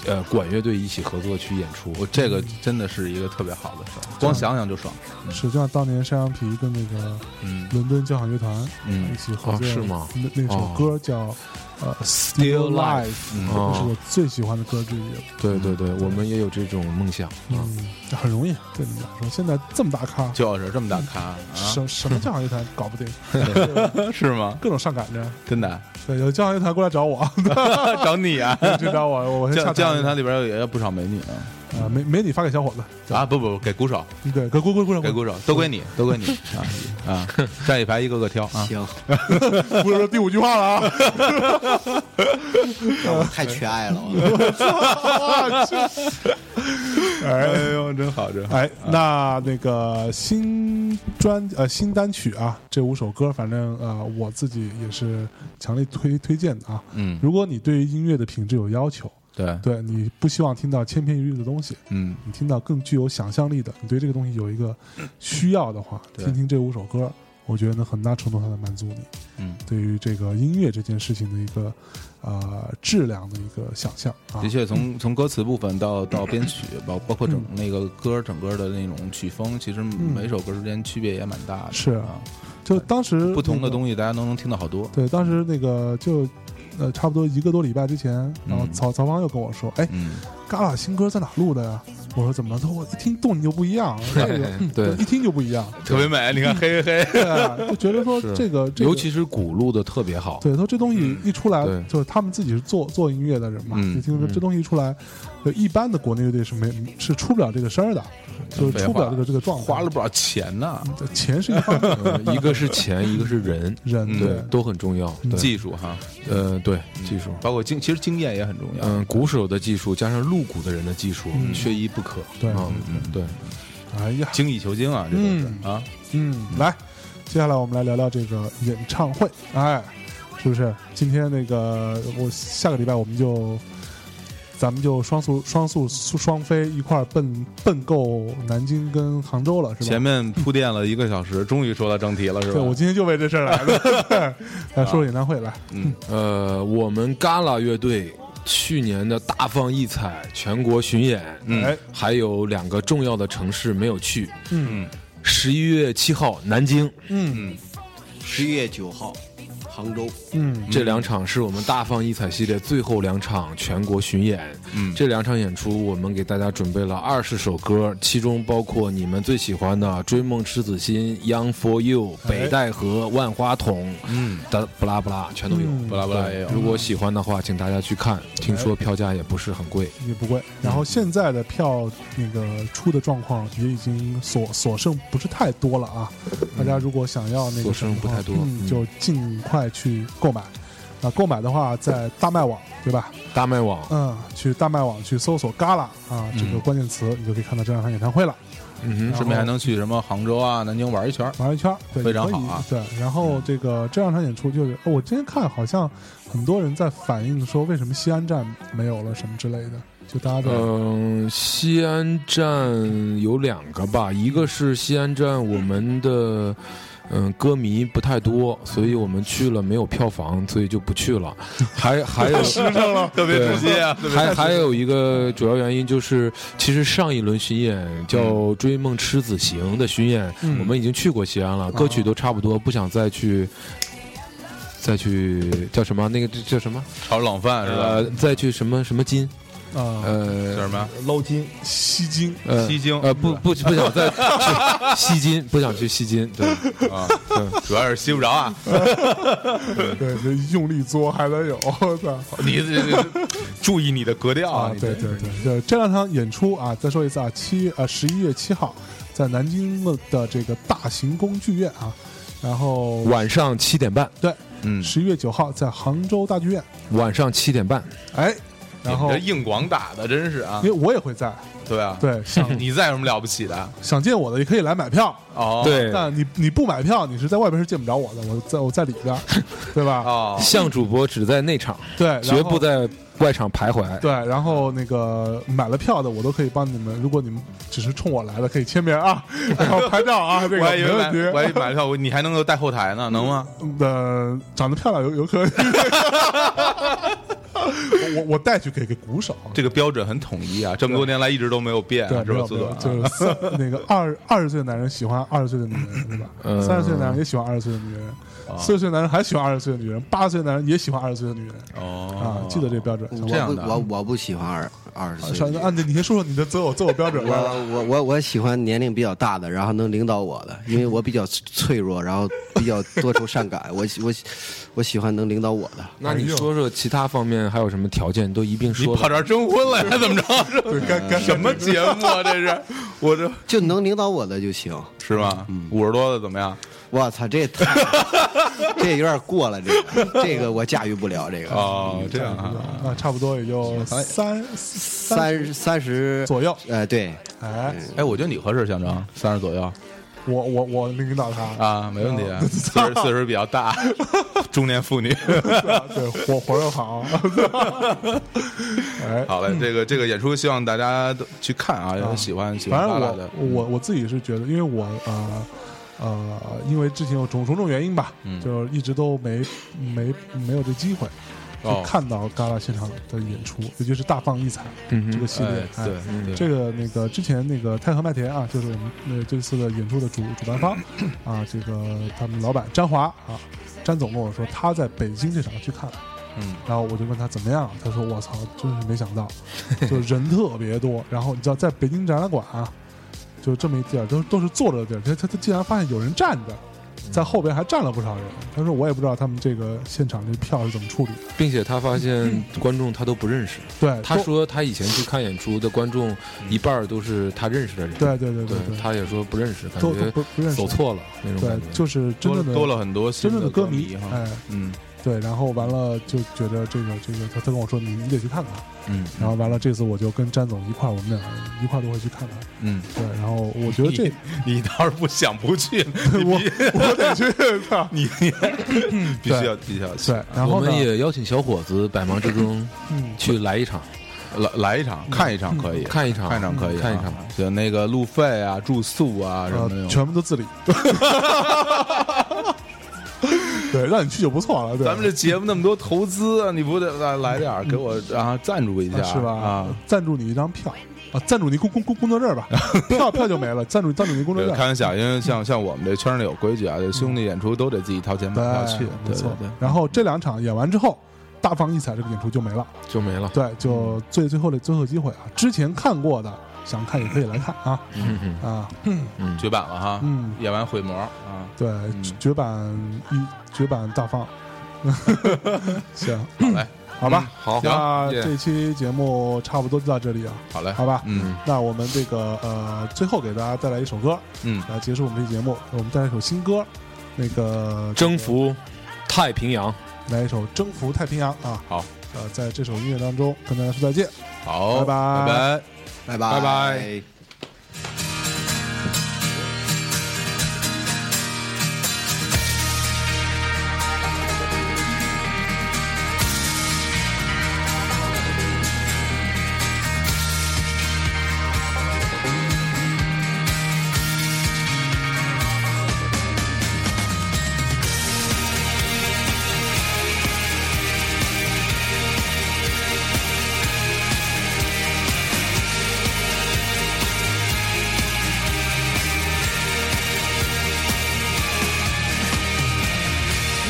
呃管乐队一起合作去演出。
我这个真的是一个特别好的事儿，光想想就爽。
是就像当年山羊皮跟那个
嗯
伦敦交响乐团
嗯
一起合作，
哦是吗
那那首
哦
歌叫呃《Still Life》，
嗯
这是我最喜欢的歌之一。
对对对，我们也有这种梦想啊。
嗯，很容易对你们来说，现在这么大咖，
就是这么大咖啊，
什什么交响乐团搞不定，
是吗？
各种上赶着。
真 的
对，有交响乐团过来找我，
找你 啊！
就找我，我先
教
下
教
场
练团里边也有不少美女啊！
啊，美美女发给小伙子，
啊，不不不，给鼓手，
对，给鼓鼓鼓掌，
给鼓手，都归你，都 归你啊啊！站一排一个个挑啊！
行，
不是说第五句话了啊。
我太缺爱了，我
哎呦，真好，真好！
哎，那那个新专呃新单曲啊，这五首歌，反正呃我自己也是强烈推推荐的啊。
嗯，
如果你对于音乐的品质有要求，
对，
对你不希望听到千篇一律的东西，
嗯，
你听到更具有想象力的，你对这个东西有一个需要的话，
对
听听这五首歌，我觉得能很大程度上的满足你。
嗯，
对于这个音乐这件事情的一个呃质量的一个想象啊
的。确，从从歌词部分到到编曲，包包括整那个歌整个的那种曲风，其实每首歌之间区别也蛮大的。
是嗯
啊，
就当时
不同
那个
的东西大家都能听到好多。
对，当时那个就呃，差不多一个多礼拜之前，然后
嗯
曹曹芳又跟我说：“哎，
嗯，
嘎啦新歌在哪录的呀？”我说：“怎么了？”他说：“我一听动静就不一样， 这个嗯
对
一听就不一样。
特别美，你看黑黑黑，
对啊”就觉得说
是
这个，这个
尤其是鼓录的特别好。
对，他说这东西一出来，
对
就是他们自己是做做音乐的人嘛，
嗯
就听说这东西一出来，就一般的国内乐队是没是出不了这个声儿的，就是
废
出不了
话
这个这个状态。
花了不少钱呢，
对钱是一方面，
呃一个是钱，一个是人，
人
嗯
对
对，都很重要。对，
技术哈，
呃，对，技术，
包括经，其实经验也很重要。
嗯，鼓手的技术加上录鼓的人的技术，缺一不可。
对
啊对，
哎呀，
精益求精啊，这都是啊，
嗯，来，接下来我们来聊聊这个演唱会，哎，是不是？今天那个我下个礼拜我们就，咱们就双宿双宿双飞一块儿奔奔够南京跟杭州了，是吧？
前面铺垫了一个小时，终于说到正题了，是吧？
对，我今天就为这事儿来 的。
啊
来说说演唱会来，
嗯
呃，我们嘎啦乐队去年的大放异彩全国巡演，
哎
嗯，
还有两个重要的城市没有去。
嗯
十一月七号，南京
嗯
十一月九号，杭州，
嗯
这两场是我们大放异彩系列最后两场全国巡演。
嗯
这两场演出我们给大家准备了二十首歌，其中包括你们最喜欢的《追梦赤子心》、《Young for You》、《北戴河》、《万花筒》、
哎嗯，
的不拉不拉全都有。
嗯
布拉布拉也有哎
如果喜欢的话，请大家去看，听说票价也不是很贵。
也不贵。然后现在的票那个出的状况也已经所所剩不是太多了啊，大家如果想要那个
所
什
剩
么的话
不太多
嗯
嗯
就尽快去购买。啊，购买的话在大麦网对吧？
大麦网，
嗯，去大麦网去搜索“旮旯”啊这个关键词，你就可以看到这两场演唱会了。
嗯
然后
顺便还能去什么杭州啊、南京玩一圈儿。
玩一圈儿，对，
非常
你可以
好啊
对，然后这个这两场演出就是，哦我之前看好像很多人在反映说，为什么西安站没有了什么之类的，就大家在、
嗯、西安站有两个吧，一个是西安站我们的。嗯，歌迷不太多，所以我们去了没有票房，所以就不 去了。还还有
特别
对
直 接啊，
还还有一个主要原因就是，其实上一轮巡演叫《追梦痴子行》的巡演，
嗯
我们已经去过西安
啊
了，歌曲都差不多，不想再去再去叫什么那个这叫什么
炒冷饭是吧
呃？再去什么什么金
呃
叫
呃
什么？
捞金吸金，
呃
西京
呃不不不想再 去西金，不想去西金，对
啊，主要是吸不着 啊！
对，这用力作还得有， 我操
你这这注意你的格调
啊
啊！！你
对
这
对对对，这两场演出啊，再说一次啊，七呃十一月七号在南京的这个大行宫剧院啊，然后
晚上七点半，
对，
嗯，
十一月九号在杭州大剧院，
晚上七点半，
哎，
你
然
们
后
这
因
硬广打的真是啊
为，我也会在，
对啊，
对，想
你再有什么了不起的？
想见我的也可以来买票。
哦，
对，
但你你不买票，你是在外边是见不着我的，我在我在里边儿，对吧？
哦，
向主播只在内场，
对，然
绝
后
不在外场徘 徊。
对。然后那个买了票的，我都可以帮你们。如果你们只是冲我来的，可以签名 啊，然后拍照啊，这个
我还以
没
为买
问题。
我还以为买了票，我你还能 够带后台呢，能吗？
嗯呃，长得漂亮有有可能。 我我带去给给鼓手，
这个标准很统一啊，这么多年来一直都没有变啊，
对，
是
没
吧，
有
苏
没有，
总？
就是三 那个二二十岁的男人喜欢二十岁的女人，对吧？
嗯
三十岁的男人也喜欢二十岁的女人，
哦
四十岁的男人还喜欢二十岁的女人，八十岁的男人也喜欢二十岁的女人啊
哦，，
记得这标准。
这样
我
的啊
不我我不喜欢二二十岁
小
的
子，
女
啊，
人。
你你先说说你的择偶择偶标准
我
吧。
我我我喜欢年龄比较大的，然后能领导我的，因为我比较脆弱，然后比较多愁善感。我喜我喜我喜欢能领导我的。
那你说说其他方面还有什么条件，都一并
你
说
跑
吧。
这儿征婚来了，怎么着？
对，该该
什么节目啊？这是我这
就能领导我的就行。
是吗？五十多的怎么样？
我操，这太 这有点过了，这个这个我驾驭不了，这个
哦，这样啊，
啊，差不多也就三三
三十三十
左右。
呃，对，
哎，
哎，我觉得你合适，象征三十左右
我我我领导他，
啊，没问题
哦
啊， 四十四十比较大， 中年妇女。
啊对，活活又 好。哎，
好嘞，这个这个演出希望大家都去看啊，有喜欢喜
反
欢
正
拉拉的
我，我我自己是觉得，因为我呃呃，因为之前有种种种原因吧，
嗯
就是一直都没没没有这机会。
哦
就看到戛纳现场的演出，尤其是大放异彩、
嗯哼
这个系列
哎，，
哎
对对，
这个那个之前那个太和麦田啊，就是我们那这次的演出的主主办方啊，这个他们老板詹华啊，詹总跟我说他在北京这场去看，
嗯，
然后我就问他怎么样，他说我操，真是没想到，就人特别多。 然后你知道在北京展览馆啊，就这么一地儿，都都是坐着的地儿，他他他竟然发现有人站着。
嗯
在后边还站了不少人，他说我也不知道他们这个现场这票是怎么处理的。
并且他发现观众他都不认识，
对，
他
都嗯
说他以前去看演出的观众一半儿都是他认识的人，
对对对
对
对，
他也说不认识，感
都都
觉
不不认识，
走错了那种
对
感，觉。
就是真
多
正的
多了很多
真
新
正的
歌
迷，
哈，
哎，
嗯
对，然后完了就觉得这个这个，他他跟我说你你得去看看，
嗯
然后完了这次我就跟詹总一块儿，我们俩一块儿都会去看看，
嗯，
对，然后我觉得 这
你你倒是不想不 去，你
我
必，
我得去看
你 你必须要必须要去
对，然
我
后呢
们，也邀请小伙子百忙之中
嗯，
去来一场，
来来一场看一场可以，
看一场
看一场可以啊，
看一场
对那个路费啊、住宿啊什么
呃，
的，
全部都自理， 对，让你去就不错了，对，
咱们这节目那么多投资啊，你不得来来点儿给我啊赞助一下
啊是吧？
啊，
赞助你一张票。啊，赞助你工工工工作证 吧，票票就没了，赞助赞助你工作
对，
证
开，玩笑，因为
嗯
像像我们这圈儿里有规矩啊，这兄弟演出都得自己掏钱买票去，
没
对对
错
对。。
然后这两场演完之后，大放异彩这个演出就没了。
就没了。
对，就最最后的最后机会啊！之前看过的，想看也可以来看啊
嗯哼
啊！
绝版了哈，
嗯
演完毁模啊，
对，
嗯
绝版一绝版大 放，行，
好嘞，
嗯好吧，
嗯好
那
行
这期节目差不多就到这里啊，
好嘞，
好吧？
嗯
那我们这个呃，最后给大家带来一首歌
嗯，
来结束我们这期节目，我们带来一首新歌，那个
征，服太平洋，
来一首《征服太平洋》啊。
好，
呃，在这首音乐当中跟大家说再见。
好，
拜拜
拜拜。
拜
拜
拜
拜。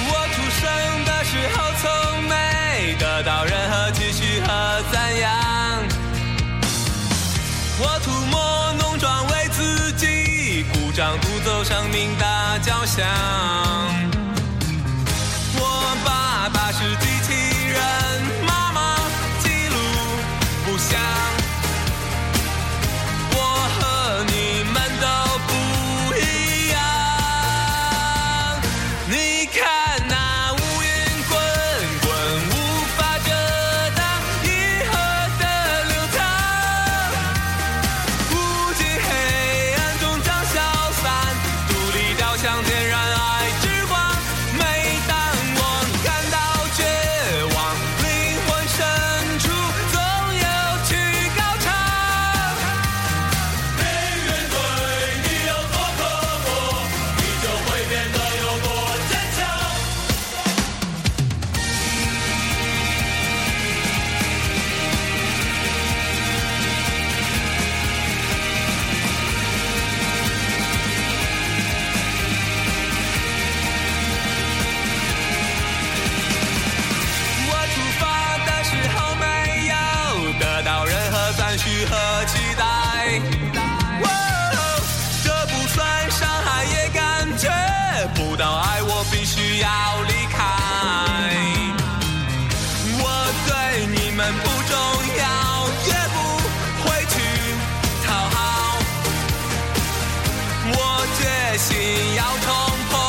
我出生的时候从没得到任何期许和赞扬，我涂抹浓妆为自己鼓掌，独奏生命的交响。我爸爸是机器人，妈妈记录不详，我和你们都不一样。你看那乌云滚滚，无法遮挡银河的流淌。无尽黑暗中张小伞，独立照向点燃爱之光。来。哇哦这不算伤害，也感觉不到爱，我必须要离开。我对你们不重要，也不会去讨好。我决心要冲破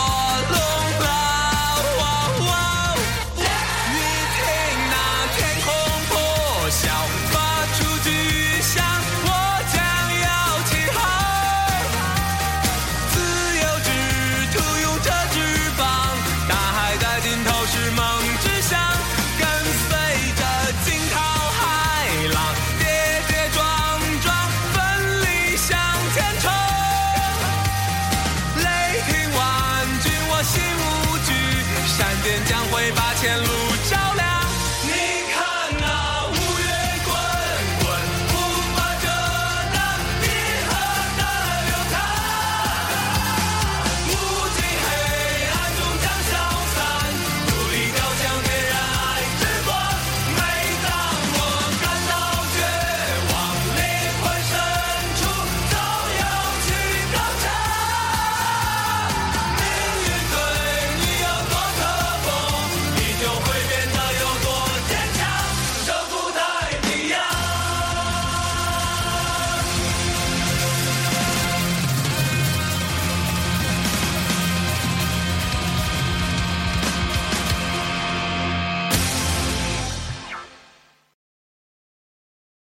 笼牢。哦哦你听那天空破晓，发出巨响，我将要起航。自由之徒用着翅膀，大海在尽头是梦之乡，跟随着惊涛骇浪，跌跌撞撞，奋力向前冲。雷霆万钧，我心无惧，闪电将会把前路照